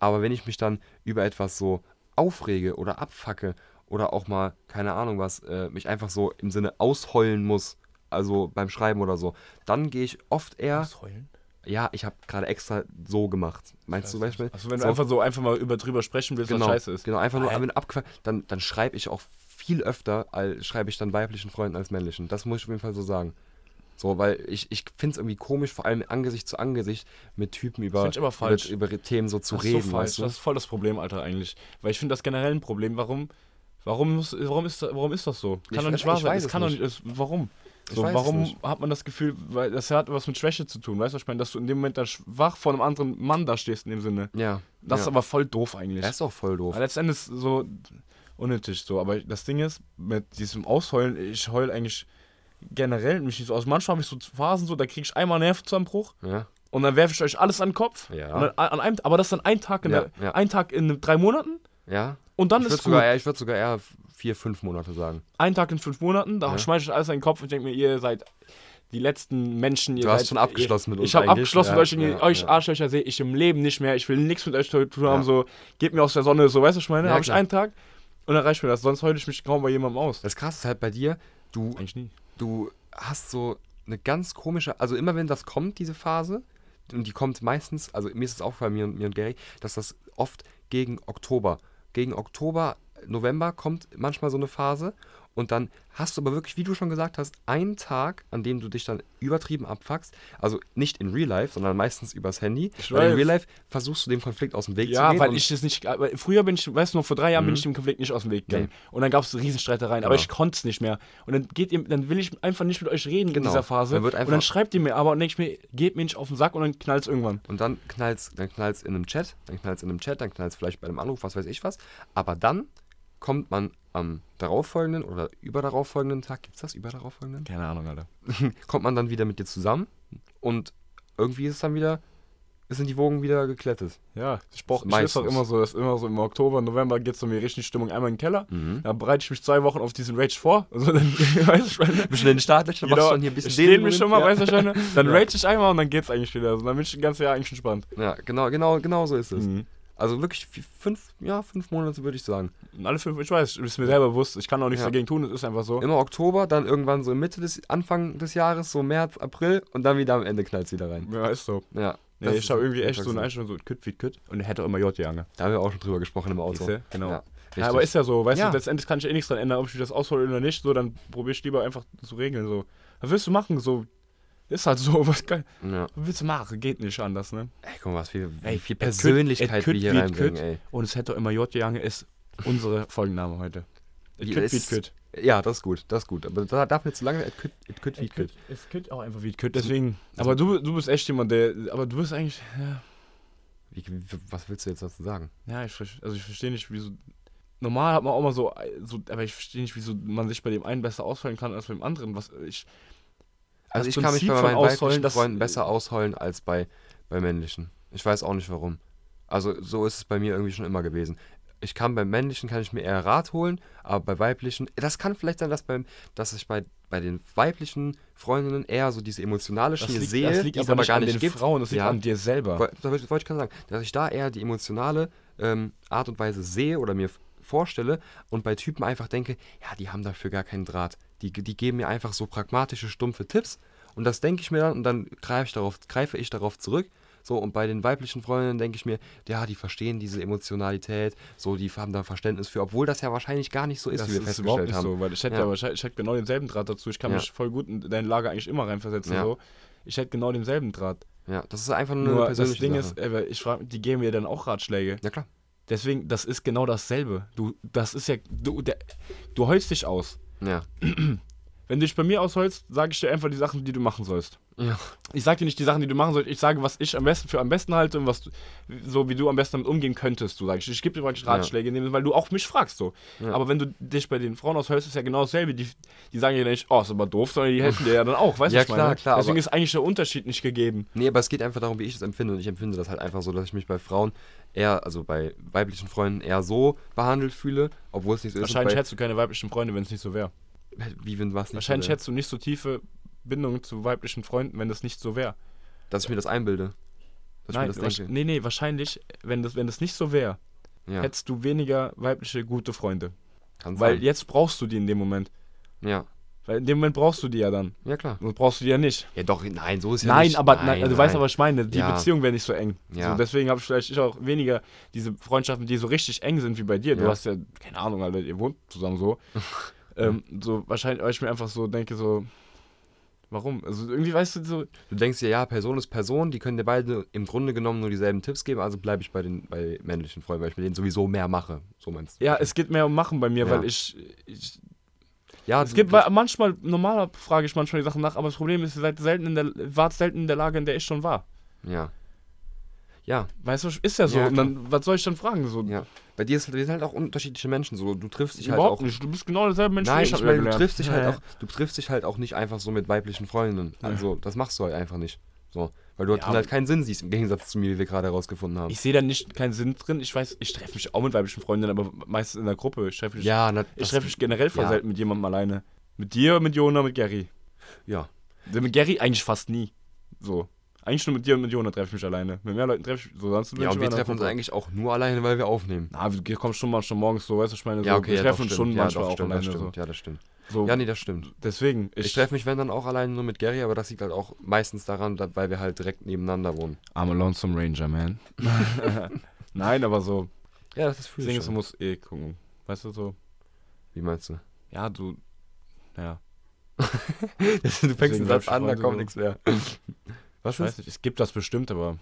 Speaker 2: Aber wenn ich mich dann über etwas so aufrege oder abfacke oder auch mal, keine Ahnung was, äh, mich einfach so im Sinne ausheulen muss, also beim Schreiben oder so, dann gehe ich oft eher,
Speaker 3: Heulen?
Speaker 2: ja, ich habe gerade extra so gemacht. Meinst du, weißt du,
Speaker 3: Also wenn
Speaker 2: so-
Speaker 3: du einfach so einfach mal über drüber sprechen willst,
Speaker 2: genau,
Speaker 3: was scheiße ist.
Speaker 2: Genau, einfach nur wenn abgefuckt, dann, dann schreibe ich auch viel öfter, als schreibe ich dann weiblichen Freunden als männlichen. Das muss ich auf jeden Fall so sagen. So, weil ich, ich finde es irgendwie komisch, vor allem Angesicht zu Angesicht mit Typen über,
Speaker 3: find ich aber falsch.
Speaker 2: über, über Themen so zu
Speaker 3: Das ist
Speaker 2: reden.
Speaker 3: So falsch.
Speaker 2: weißt du?
Speaker 3: Das ist voll das Problem, Alter, eigentlich. Weil ich finde das generell ein Problem. Warum, warum, muss, warum, ist, warum ist das so? Kann
Speaker 2: Ich-
Speaker 3: doch nicht
Speaker 2: ich
Speaker 3: wahr
Speaker 2: weiß
Speaker 3: sein.
Speaker 2: es
Speaker 3: Das kann doch
Speaker 2: nicht.
Speaker 3: nicht. Das, warum?
Speaker 2: Ich
Speaker 3: So,
Speaker 2: weiß es
Speaker 3: warum
Speaker 2: nicht.
Speaker 3: hat man das Gefühl, weil das hat was mit Schwäche zu tun, weißt du, was ich meine, dass du in dem Moment dann schwach vor einem anderen Mann da stehst in dem Sinne.
Speaker 2: ja.
Speaker 3: Das ist
Speaker 2: ja.
Speaker 3: aber voll doof eigentlich.
Speaker 2: das ist auch voll doof.
Speaker 3: Aber letztendlich so unnötig so. Aber das Ding ist, mit diesem Ausheulen, ich heul eigentlich generell mich nicht so aus. Manchmal habe ich so Phasen so, da kriege ich einmal einen Nervenzusammenbruch
Speaker 2: Ja.
Speaker 3: und dann werfe ich euch alles an den Kopf.
Speaker 2: Ja.
Speaker 3: Und dann, an einem, aber das dann ein Tag in,
Speaker 2: Ja,
Speaker 3: der,
Speaker 2: ja.
Speaker 3: ein Tag in drei Monaten
Speaker 2: ja.
Speaker 3: und dann
Speaker 2: Ich würde
Speaker 3: ist
Speaker 2: sogar,
Speaker 3: gut.
Speaker 2: eher- ich würd sogar eher vier, fünf Monate sagen.
Speaker 3: Einen Tag in fünf Monaten, da
Speaker 2: Ja.
Speaker 3: schmeiße ich alles in den Kopf und denke mir, ihr seid die letzten Menschen, ihr
Speaker 2: Du hast
Speaker 3: seid,
Speaker 2: schon abgeschlossen
Speaker 3: ihr,
Speaker 2: mit uns
Speaker 3: Ich habe
Speaker 2: eigentlich.
Speaker 3: abgeschlossen
Speaker 2: Ja,
Speaker 3: mit euch, und
Speaker 2: ja,
Speaker 3: ihr- euch
Speaker 2: ja.
Speaker 3: Arschlöcher sehe ich im Leben nicht mehr, ich will nichts mit euch zu tun haben,
Speaker 2: Ja.
Speaker 3: so, gebt mir aus der Sonne, so, weißt du, was ich meine,
Speaker 2: Ja,
Speaker 3: habe ich
Speaker 2: klar.
Speaker 3: einen Tag und dann reicht mir das, sonst heule ich mich kaum bei jemandem aus.
Speaker 2: Das Krasse ist halt bei dir, du,
Speaker 3: Eigentlich nie.
Speaker 2: du hast so eine ganz komische, also immer wenn das kommt, diese Phase, und die kommt meistens, also mir ist es auch bei mir und, mir und Gary, dass das oft gegen Oktober, gegen Oktober, November kommt manchmal so eine Phase und dann hast du aber wirklich, wie du schon gesagt hast, einen Tag, an dem du dich dann übertrieben abfuckst, also nicht in Real Life, sondern meistens übers Handy.
Speaker 3: Ich
Speaker 2: Weil in
Speaker 3: weiß.
Speaker 2: Real Life versuchst du dem Konflikt aus dem Weg zu
Speaker 3: Ja,
Speaker 2: gehen.
Speaker 3: weil
Speaker 2: und- Mhm.
Speaker 3: ich das nicht. äh, Weil früher bin ich, weißt du noch, vor drei Jahren bin ich dem Konflikt nicht aus dem Weg gegangen. Und dann gab es Riesenstreitereien, aber
Speaker 2: Genau.
Speaker 3: ich konnte es nicht mehr. Und dann geht ihr, dann will ich einfach nicht mit euch reden in
Speaker 2: Genau.
Speaker 3: dieser Phase.
Speaker 2: Dann wird
Speaker 3: und
Speaker 2: einfach-
Speaker 3: dann schreibt ihr mir aber und denke ich mir, geht mir nicht auf den Sack und dann knallt es irgendwann.
Speaker 2: Und dann knallt's, dann knallt's in einem Chat, dann knallt's in einem Chat, dann knallt's vielleicht bei einem Anruf, was weiß ich was. Aber dann kommt man am darauffolgenden oder über darauffolgenden Tag, gibt's das über darauffolgenden?
Speaker 3: Keine Ahnung, Alter.
Speaker 2: Kommt man dann wieder mit dir zusammen und irgendwie ist es dann wieder, sind die Wogen wieder geklettet.
Speaker 3: Ja, ich brauche ich
Speaker 2: Meistens.
Speaker 3: ist auch immer so, dass immer so im Oktober, November geht so mir richtig Stimmung einmal in den Keller.
Speaker 2: Mhm.
Speaker 3: Da bereite ich mich zwei Wochen auf diesen Rage vor. Also dann, weißt du, ich meine,
Speaker 2: Bisschen in den Startlöchern, machst
Speaker 3: genau,
Speaker 2: schon hier ein bisschen
Speaker 3: ich dehne mich
Speaker 2: Moment,
Speaker 3: schon mal,
Speaker 2: ja.
Speaker 3: weißt du, schon, dann rage ich einmal und dann geht's eigentlich wieder. Also dann bin ich das ganze Jahr eigentlich entspannt.
Speaker 2: Ja, genau, genau, genau so ist es.
Speaker 3: Mhm.
Speaker 2: Also wirklich vi- fünf, ja, fünf Monate würde ich sagen.
Speaker 3: Und alle fünf, ich weiß, ich bin mir selber bewusst, ich kann auch nichts
Speaker 2: Ja.
Speaker 3: dagegen tun, es ist einfach so.
Speaker 2: Immer Oktober, dann irgendwann so Mitte des, Anfang des Jahres, so März, April und dann wieder am Ende knallt's wieder rein.
Speaker 3: Ja, ist so.
Speaker 2: Ja.
Speaker 3: Nee,
Speaker 2: das
Speaker 3: ich
Speaker 2: ist
Speaker 3: habe irgendwie echt
Speaker 2: Alltag
Speaker 3: so eine Einstellung, so kütt wie kütt. Und er hätte auch immer J Jange.
Speaker 2: Da haben wir auch schon drüber gesprochen im Auto.
Speaker 3: Siehste? Genau.
Speaker 2: Ja,
Speaker 3: Ja, aber ist ja so, weißt
Speaker 2: Ja.
Speaker 3: du, letztendlich kann ich eh nichts dran ändern, ob ich das aushole oder nicht. So, dann probier ich lieber einfach zu regeln. So, was willst du machen? So, ist halt so, was, kann,
Speaker 2: ja.
Speaker 3: was willst du machen? Geht nicht anders, ne?
Speaker 2: Ey, guck mal, was viel, wie
Speaker 3: Ey,
Speaker 2: viel
Speaker 3: et kütt- et
Speaker 2: Persönlichkeit
Speaker 3: kütt
Speaker 2: wir hier
Speaker 3: wie et
Speaker 2: reinbringen,
Speaker 3: kütt.
Speaker 2: ey.
Speaker 3: Und es hätte auch immer J Jange ist unsere Folgenname heute.
Speaker 2: Ja,
Speaker 3: Kütt wie
Speaker 2: ist-
Speaker 3: kütt.
Speaker 2: Ja, das ist gut, das ist gut. Aber da darf nicht zu lange, et kütt, et kütt, wie et kütt.
Speaker 3: Es kütt auch einfach wie kütt. Deswegen, aber du, du bist echt jemand, der, aber du bist eigentlich, ja,
Speaker 2: Wie, wie, was willst du jetzt dazu sagen?
Speaker 3: Ja, ich, verste- also ich verstehe nicht, wieso. Normal hat man auch mal so, so, aber ich verstehe nicht, wieso man sich bei dem einen besser ausfallen kann als bei dem anderen. Was ich.
Speaker 2: Also ich
Speaker 3: Prinzip
Speaker 2: kann mich bei
Speaker 3: von
Speaker 2: meinen
Speaker 3: ausheulen,
Speaker 2: weiblichen
Speaker 3: das-
Speaker 2: Freunden besser ausheulen als bei, bei männlichen. Ich weiß auch nicht warum. Also so ist es bei mir irgendwie schon immer gewesen. Ich kann beim männlichen kann ich mir eher Rat holen, aber bei weiblichen, das kann vielleicht sein, dass beim, dass ich bei, bei den weiblichen Freundinnen eher so diese emotionale Schiene sehe, die es aber gar nicht gibt.
Speaker 3: Frauen, das liegt
Speaker 2: Ja.
Speaker 3: an dir selber.
Speaker 2: Woll- Da wollte wollte ich gerade sagen, dass ich da eher die emotionale ähm, Art und Weise sehe oder mir f- vorstelle und bei Typen einfach denke, ja, die haben dafür gar keinen Draht. Die, die geben mir einfach so pragmatische, stumpfe Tipps und das denke ich mir dann und dann greife ich darauf, greife ich darauf zurück. So, und bei den weiblichen Freundinnen denke ich mir, ja, die verstehen diese Emotionalität, so, die haben da Verständnis für, obwohl das ja wahrscheinlich gar nicht so ist,
Speaker 3: das
Speaker 2: wie wir
Speaker 3: ist überhaupt
Speaker 2: festgestellt
Speaker 3: nicht
Speaker 2: haben.
Speaker 3: so, weil ich hätte ja,
Speaker 2: Ja.
Speaker 3: wahrscheinlich, ich hätte genau denselben Draht dazu. Ich kann
Speaker 2: Ja.
Speaker 3: mich voll gut in deine Lage eigentlich immer reinversetzen.
Speaker 2: Ja.
Speaker 3: So. Ich hätte genau denselben Draht.
Speaker 2: Ja, das ist einfach nur, eine
Speaker 3: Nur das
Speaker 2: persönliche
Speaker 3: Ding
Speaker 2: Sache.
Speaker 3: ist, ey, weil ich frage, die geben mir dann auch Ratschläge.
Speaker 2: ja, klar.
Speaker 3: Deswegen, das ist genau dasselbe. Du, das ist ja, du, der, du heulst dich aus.
Speaker 2: Ja.
Speaker 3: Wenn du dich bei mir ausholst, sage ich dir einfach die Sachen, die du machen sollst.
Speaker 2: ja.
Speaker 3: Ich sage dir nicht die Sachen, die du machen sollst. Ich sage, was ich am besten für am besten halte und was du, so wie du am besten damit umgehen könntest. Du sagst, ich gebe dir praktisch Ratschläge, indem- weil du auch mich fragst so. Aber wenn du dich bei den Frauen aushörst, ist ja genau dasselbe. Die, die sagen ja nicht, oh, ist aber doof, sondern die helfen dir ja dann auch, weißt du,
Speaker 2: Ja,
Speaker 3: was ich meine?
Speaker 2: klar, klar,
Speaker 3: Deswegen
Speaker 2: aber-
Speaker 3: ist eigentlich der Unterschied nicht gegeben.
Speaker 2: Nee, aber es geht einfach darum, wie ich das empfinde. Und ich empfinde das halt einfach so, dass ich mich bei Frauen eher, also bei weiblichen Freunden eher so behandelt fühle, obwohl es nicht so
Speaker 3: Wahrscheinlich
Speaker 2: ist.
Speaker 3: hättest du keine weiblichen Freunde, wenn es nicht so wäre.
Speaker 2: Und bei, wie wenn was nicht
Speaker 3: Wahrscheinlich
Speaker 2: so wär.
Speaker 3: hättest du nicht so tiefe Bindungen zu weiblichen Freunden, wenn das nicht so wäre.
Speaker 2: Dass ich mir das einbilde. Dass
Speaker 3: Nein,
Speaker 2: ich mir das
Speaker 3: wahrsch-
Speaker 2: denke.
Speaker 3: nee, nee, wahrscheinlich, wenn das, wenn das nicht so wäre,
Speaker 2: Ja,
Speaker 3: hättest du weniger weibliche gute Freunde.
Speaker 2: kann
Speaker 3: Weil
Speaker 2: sein.
Speaker 3: jetzt brauchst du die in dem Moment.
Speaker 2: ja.
Speaker 3: Weil in dem Moment brauchst du die ja dann.
Speaker 2: ja, klar.
Speaker 3: Sonst brauchst du die ja nicht.
Speaker 2: Ja, doch, nein, so ist ja
Speaker 3: nein,
Speaker 2: nicht.
Speaker 3: aber nein, also du weißt aber, was ich meine, die
Speaker 2: Ja.
Speaker 3: Beziehung wäre nicht so eng.
Speaker 2: Ja.
Speaker 3: So, deswegen habe ich vielleicht ich auch weniger diese Freundschaften, die so richtig eng sind wie bei dir. Du
Speaker 2: Ja.
Speaker 3: hast ja, keine Ahnung, Alter, ihr wohnt zusammen so. ähm, so wahrscheinlich, weil ich mir einfach so denke, so, warum? Also irgendwie weißt du so,
Speaker 2: Du denkst dir, ja, Person ist Person, die können dir beide im Grunde genommen nur dieselben Tipps geben, also bleibe ich bei den bei männlichen Freunden, weil ich mit denen sowieso mehr mache. So meinst du.
Speaker 3: ja, es geht mehr um Machen bei mir,
Speaker 2: Ja. Also
Speaker 3: weil ich, ich
Speaker 2: Ja,
Speaker 3: Es
Speaker 2: du-
Speaker 3: gibt
Speaker 2: du-
Speaker 3: weil manchmal, normal frage ich manchmal die Sachen nach, aber das Problem ist, ihr seid selten in der, wart selten in der Lage, in der ich schon war.
Speaker 2: Ja. Ja,
Speaker 3: Weißt du, ist ja so.
Speaker 2: Ja,
Speaker 3: und dann, was soll ich dann fragen? So,
Speaker 2: ja. Bei dir ist, wir sind halt auch unterschiedliche Menschen, so du triffst dich halt
Speaker 3: überhaupt
Speaker 2: auch
Speaker 3: nicht. Du bist genau derselbe Mensch,
Speaker 2: Nein,
Speaker 3: wie ich
Speaker 2: aber du
Speaker 3: kennengelernt.
Speaker 2: triffst dich halt
Speaker 3: Ja.
Speaker 2: auch, du triffst dich halt auch nicht einfach so mit weiblichen Freundinnen. Also, das machst du halt einfach nicht. So, Weil du
Speaker 3: Ja,
Speaker 2: drin halt keinen Sinn siehst, im Gegensatz zu mir, wie wir gerade herausgefunden haben.
Speaker 3: Ich sehe da nicht keinen Sinn drin. Ich weiß, ich treffe mich auch mit weiblichen Freundinnen, aber meistens in der Gruppe. Ich treffe mich,
Speaker 2: ja, na,
Speaker 3: ich
Speaker 2: das-
Speaker 3: treffe mich generell voll
Speaker 2: ja.
Speaker 3: selten mit jemandem alleine. Mit dir, mit Jona, mit Gary.
Speaker 2: Ja.
Speaker 3: Mit Gary eigentlich fast nie. So. Eigentlich nur mit dir und mit Jona treffe ich mich alleine. Mit mehr Leuten treffe ich so sonst bin
Speaker 2: Ja,
Speaker 3: ich
Speaker 2: und
Speaker 3: immer
Speaker 2: wir
Speaker 3: in der
Speaker 2: treffen uns
Speaker 3: Gruppe.
Speaker 2: eigentlich auch nur alleine, weil wir aufnehmen.
Speaker 3: Na, wir kommen schon manchmal morgens so, weißt du, was ich meine, so,
Speaker 2: Ja, okay,
Speaker 3: wir
Speaker 2: ja,
Speaker 3: treffen
Speaker 2: doch,
Speaker 3: uns
Speaker 2: stimmt.
Speaker 3: schon
Speaker 2: ja,
Speaker 3: manchmal
Speaker 2: doch,
Speaker 3: auch
Speaker 2: stimmt,
Speaker 3: alleine.
Speaker 2: das
Speaker 3: So.
Speaker 2: stimmt, Ja, das stimmt.
Speaker 3: So,
Speaker 2: Ja, nee, das stimmt.
Speaker 3: deswegen, ich,
Speaker 2: Ich treffe mich, wenn dann auch alleine nur mit Gary, aber das liegt halt auch meistens daran, da- weil wir halt direkt nebeneinander wohnen.
Speaker 3: I'm a lonesome ranger, man. Nein, aber so,
Speaker 2: Ja, das ist
Speaker 3: das Ding ist, du musst eh gucken, weißt du, so,
Speaker 2: Wie meinst du?
Speaker 3: ja, du, ja,
Speaker 2: du fängst
Speaker 3: Deswegen
Speaker 2: den Satz
Speaker 3: hab ich
Speaker 2: an, da
Speaker 3: Freunde
Speaker 2: kommt
Speaker 3: so.
Speaker 2: nichts mehr. Was
Speaker 3: ich weiß
Speaker 2: ist?
Speaker 3: nicht, es gibt das bestimmt, aber,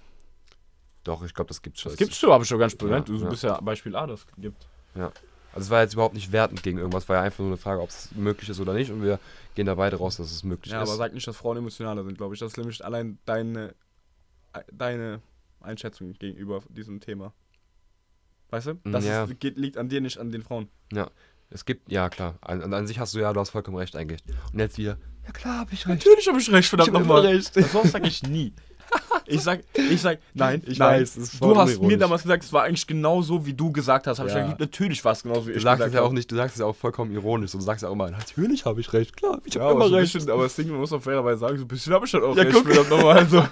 Speaker 2: Doch, ich glaube, das gibt's schon.
Speaker 3: das gibt's schon, aber schon ganz
Speaker 2: Ja,
Speaker 3: spannend, du
Speaker 2: ja.
Speaker 3: bist ja Beispiel A, das gibt.
Speaker 2: Also es war jetzt überhaupt nicht wertend gegen irgendwas, war ja einfach nur eine Frage, ob es möglich ist oder nicht. Und wir gehen da beide raus, dass es möglich
Speaker 3: Ja,
Speaker 2: ist.
Speaker 3: aber sag nicht, dass Frauen emotionaler sind, glaube ich, das ist nämlich allein deine, deine Einschätzung gegenüber diesem Thema. Weißt du?
Speaker 2: Das
Speaker 3: Das
Speaker 2: ist- Ja.
Speaker 3: liegt an dir, nicht an den Frauen.
Speaker 2: es gibt, ja klar, an, an- an sich hast du ja, du hast vollkommen recht eigentlich. Und jetzt wieder, ja klar, habe ich recht.
Speaker 3: Natürlich habe ich recht, verdammt
Speaker 2: Ich hab
Speaker 3: nochmal.
Speaker 2: immer
Speaker 3: Recht. Das sage ich nie. Ich sag, ich sag, nein, ich
Speaker 2: Nein,
Speaker 3: weiß.
Speaker 2: es ist voll
Speaker 3: du hast
Speaker 2: unironisch.
Speaker 3: mir damals gesagt, es war eigentlich genau so, wie du gesagt hast. Hab ich
Speaker 2: Ja.
Speaker 3: gesagt, natürlich war es genauso, wie
Speaker 2: Du
Speaker 3: ich
Speaker 2: sagst es ja
Speaker 3: habe.
Speaker 2: auch nicht, du sagst es ja auch vollkommen ironisch. Du sagst ja auch immer, natürlich habe ich recht, klar, ich
Speaker 3: Ja,
Speaker 2: habe
Speaker 3: aber,
Speaker 2: immer
Speaker 3: so ein
Speaker 2: recht.
Speaker 3: bisschen, aber das Ding, man muss auch fairerweise sagen, so ein bisschen habe ich schon auch
Speaker 2: Ja,
Speaker 3: recht.
Speaker 2: guck.
Speaker 3: verdammt nochmal, also.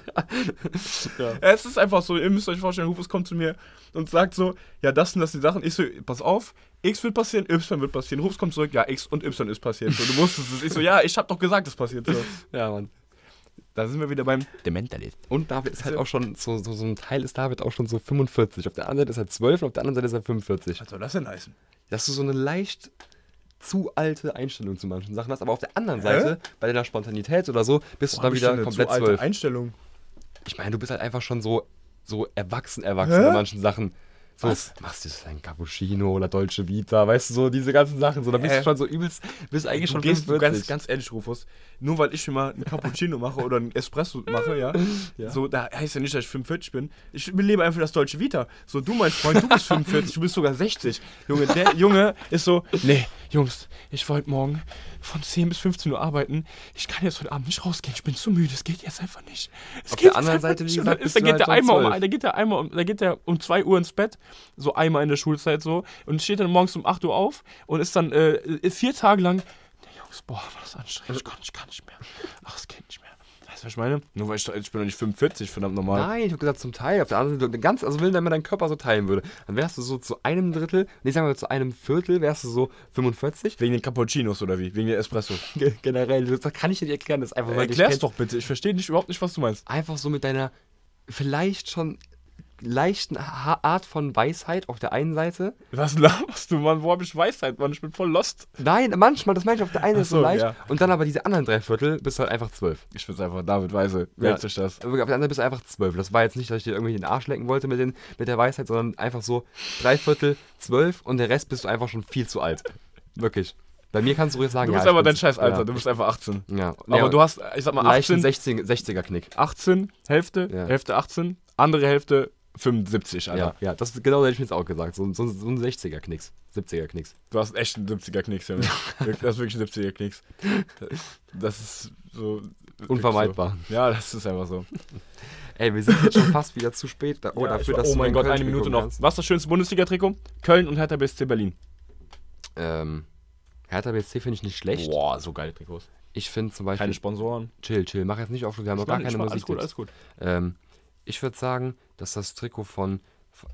Speaker 3: ja. Es ist einfach so, ihr müsst euch vorstellen, Rufus kommt zu mir und sagt so, ja, das sind das sind die Sachen. Ich so, pass auf, X wird passieren, Y wird passieren. Rufus kommt zurück, ja, X und Y ist passiert. So, du musstest es. Ich so, ja, ich habe doch gesagt, es passiert so.
Speaker 2: Ja, Mann.
Speaker 3: Da sind wir wieder beim The Mentalist.
Speaker 2: Und David ist halt auch schon, so, so, so ein Teil ist David auch schon so 45. Auf der anderen Seite ist er 12 und auf der anderen Seite ist er 45.
Speaker 3: Was soll das denn heißen?
Speaker 2: Dass du so eine leicht zu alte Einstellung zu manchen Sachen hast, aber auf der anderen Seite, bei deiner Spontanität oder so, bist du
Speaker 3: Boah,
Speaker 2: dann
Speaker 3: hab ich
Speaker 2: wieder
Speaker 3: denn eine
Speaker 2: komplett
Speaker 3: zu alte
Speaker 2: 12.
Speaker 3: Einstellung.
Speaker 2: Ich meine, du bist halt einfach schon so, so erwachsen, erwachsen
Speaker 3: Hä?
Speaker 2: bei manchen Sachen. So,
Speaker 3: Was?
Speaker 2: machst du jetzt ein Cappuccino oder Dolce Vita, weißt du, so diese ganzen Sachen. So, da bist
Speaker 3: Hä?
Speaker 2: du schon so übelst, bist eigentlich
Speaker 3: du
Speaker 2: schon
Speaker 3: gehst, du
Speaker 2: 45.
Speaker 3: ganz, ganz ehrlich, Rufus, nur weil ich mir mal einen Cappuccino mache oder einen Espresso mache, ja,
Speaker 2: Ja.
Speaker 3: so, da heißt ja nicht, dass ich 45 bin. Ich belebe einfach das deutsche Vita. So, du, mein Freund, du bist 45, du bist sogar 60. Junge, der Junge ist so, nee, Jungs, ich wollte morgen von 10 bis 15 Uhr arbeiten. Ich kann jetzt heute Abend nicht rausgehen, ich bin zu müde, es geht jetzt einfach nicht. Es
Speaker 2: Auf
Speaker 3: geht
Speaker 2: der anderen
Speaker 3: jetzt einfach
Speaker 2: Seite, wie
Speaker 3: nicht.
Speaker 2: gesagt,
Speaker 3: Und
Speaker 2: bist
Speaker 3: dann
Speaker 2: du
Speaker 3: geht
Speaker 2: halt
Speaker 3: der
Speaker 2: schon
Speaker 3: einmal um,
Speaker 2: 12.
Speaker 3: da geht der einmal um, da geht der um 2 Uhr ins Bett, so einmal in der Schulzeit so, und steht dann morgens um 8 Uhr auf und ist dann äh, vier Tage lang, "Nee, Jungs, boah, war das anstrengend, ich kann, ich kann nicht mehr. Ach, es geht nicht mehr. Weißt du, was ich meine? Nur weil ich, ich bin doch nicht 45, verdammt normal.
Speaker 2: Nein, ich habe gesagt zum Teil. Auf der anderen Seite, ganz, also wenn man deinen Körper so teilen würde, dann wärst du so zu einem Drittel, nee, sagen wir zu einem Viertel, wärst du so 45.
Speaker 3: Wegen den Cappuccinos oder wie? Wegen den Espresso.
Speaker 2: Ge- Generell, das kann ich dir nicht erklären, das ist einfach, weil dich
Speaker 3: Erklär's
Speaker 2: kenn-
Speaker 3: doch bitte, ich verstehe nicht, überhaupt nicht, was du meinst.
Speaker 2: Einfach so mit deiner vielleicht schon leichten ha Art von Weisheit auf der einen Seite.
Speaker 3: Was laberst du, Mann? Wo hab ich Weisheit, Mann? Ich bin voll lost.
Speaker 2: Nein, manchmal, das meine ich auf der einen Seite
Speaker 3: Ach
Speaker 2: so,
Speaker 3: so,
Speaker 2: leicht.
Speaker 3: ja.
Speaker 2: Und dann aber diese anderen drei Viertel bist du halt einfach zwölf.
Speaker 3: Ich find's einfach David Weise.
Speaker 2: Ja.
Speaker 3: Merkt euch das?
Speaker 2: Auf der anderen bist du einfach zwölf. Das war jetzt nicht, dass ich dir irgendwie den Arsch lecken wollte mit, den, mit der Weisheit, sondern einfach so drei Viertel, zwölf und der Rest bist du einfach schon viel zu alt. Wirklich. Bei mir kannst du ruhig sagen,
Speaker 3: Du bist
Speaker 2: ich
Speaker 3: aber
Speaker 2: bin
Speaker 3: dein
Speaker 2: zu-
Speaker 3: scheiß Alter,
Speaker 2: Ja.
Speaker 3: du bist einfach 18.
Speaker 2: ja.
Speaker 3: Aber
Speaker 2: ja,
Speaker 3: du hast, ich sag mal,
Speaker 2: leichten
Speaker 3: 18,
Speaker 2: 60, 60er-Knick.
Speaker 3: 18, Hälfte,
Speaker 2: Ja.
Speaker 3: Hälfte 18, andere Hälfte 75, Alter.
Speaker 2: Ja, ja, das genau hätte ich mir jetzt auch gesagt. So, so, so ein 60er-Knicks. 70er-Knicks.
Speaker 3: Du hast echt einen 70er-Knicks, Junge. Wirk- Das ist wirklich ein 70er-Knicks. Das ist so. wirklich
Speaker 2: Unvermeidbar.
Speaker 3: So. Ja, das ist einfach so.
Speaker 2: Ey, wir sind jetzt schon fast wieder zu spät. Da, oh,
Speaker 3: Ja,
Speaker 2: dafür,
Speaker 3: ich-
Speaker 2: dass
Speaker 3: oh
Speaker 2: du
Speaker 3: mein
Speaker 2: mein
Speaker 3: Gott,
Speaker 2: Köln
Speaker 3: eine
Speaker 2: Spiel
Speaker 3: Minute
Speaker 2: gucken
Speaker 3: noch.
Speaker 2: kannst.
Speaker 3: Was ist das schönste Bundesliga-Trikot? Köln und Hertha BSC Berlin.
Speaker 2: Ähm, Hertha BSC finde ich nicht schlecht.
Speaker 3: Boah, so geile Trikots.
Speaker 2: Ich finde zum Beispiel.
Speaker 3: Keine Sponsoren.
Speaker 2: chill, chill. Mach jetzt nicht auf, wir haben noch gar keine Musik.
Speaker 3: alles gut, alles gut.
Speaker 2: Ähm, ich würde sagen, dass das Trikot von.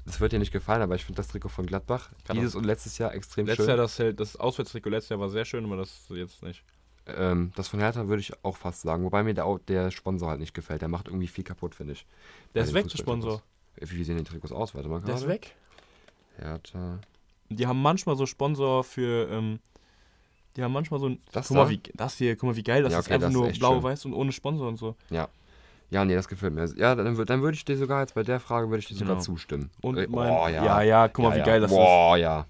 Speaker 2: Das wird dir nicht gefallen, aber ich finde das Trikot von Gladbach
Speaker 3: Kann
Speaker 2: dieses und letztes Jahr extrem
Speaker 3: Letztes Jahr
Speaker 2: schön.
Speaker 3: das, das Auswärtstrikot letztes Jahr war sehr schön, aber das jetzt nicht.
Speaker 2: ähm, das von Hertha würde ich auch fast sagen. Wobei mir der, Au- der Sponsor halt nicht gefällt. Der macht irgendwie viel kaputt, finde ich.
Speaker 3: Der
Speaker 2: Bei
Speaker 3: ist
Speaker 2: den
Speaker 3: weg, der
Speaker 2: Fußballtrikots.
Speaker 3: Sponsor.
Speaker 2: Wie sehen die Trikots aus? Warte mal.
Speaker 3: Der ist
Speaker 2: gerade.
Speaker 3: weg.
Speaker 2: Hertha.
Speaker 3: Die haben manchmal so Sponsor für, ähm, die haben manchmal so ein.
Speaker 2: Das
Speaker 3: guck mal,
Speaker 2: da?
Speaker 3: wie, das hier, guck mal, wie geil das
Speaker 2: Ja,
Speaker 3: ist.
Speaker 2: okay,
Speaker 3: Einfach
Speaker 2: das ist
Speaker 3: nur
Speaker 2: echt schön.
Speaker 3: blau-weiß und ohne Sponsor und so.
Speaker 2: Ja, nee, das gefällt mir. Ja, dann, wür- dann würde ich dir sogar jetzt bei der Frage würde ich dir sogar
Speaker 3: Genau.
Speaker 2: zustimmen.
Speaker 3: Und
Speaker 2: Äh,
Speaker 3: mein.
Speaker 2: oh, ja.
Speaker 3: ja, ja, guck mal,
Speaker 2: Ja,
Speaker 3: wie
Speaker 2: ja.
Speaker 3: geil das
Speaker 2: Boah, ja.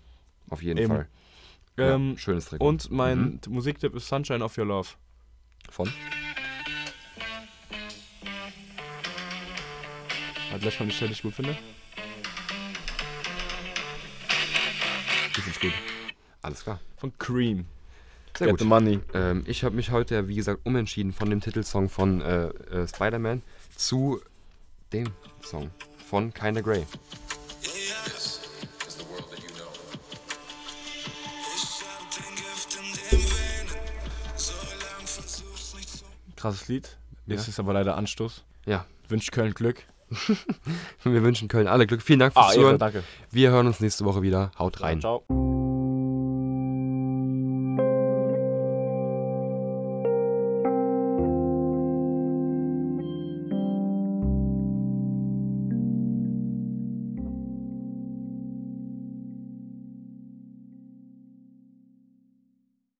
Speaker 2: Auf jeden
Speaker 3: Eben.
Speaker 2: Fall.
Speaker 3: ist. Ähm,
Speaker 2: ja, Mhm. schönes Trikot.
Speaker 3: Und mein T- Musiktipp ist Sunshine of Your Love.
Speaker 2: von?
Speaker 3: Hat letztes Mal die Stelle, die ich gut finde.
Speaker 2: Das ist gut. Alles klar.
Speaker 3: Von Cream.
Speaker 2: Sehr gut.
Speaker 3: Money.
Speaker 2: Ähm, ich habe mich heute, ja, wie gesagt, umentschieden von dem Titelsong von äh, äh, Spider-Man zu dem Song von Kinda Grey.
Speaker 1: Krasses Lied.
Speaker 2: Ja.
Speaker 1: Es ist aber leider Anstoß.
Speaker 2: Ja,
Speaker 1: Wünscht Köln Glück.
Speaker 3: Ah,
Speaker 2: wir wünschen Köln alle Glück. Vielen Dank fürs Zuhören.
Speaker 1: danke.
Speaker 2: Wir hören uns nächste Woche wieder. Haut rein.
Speaker 1: Ciao.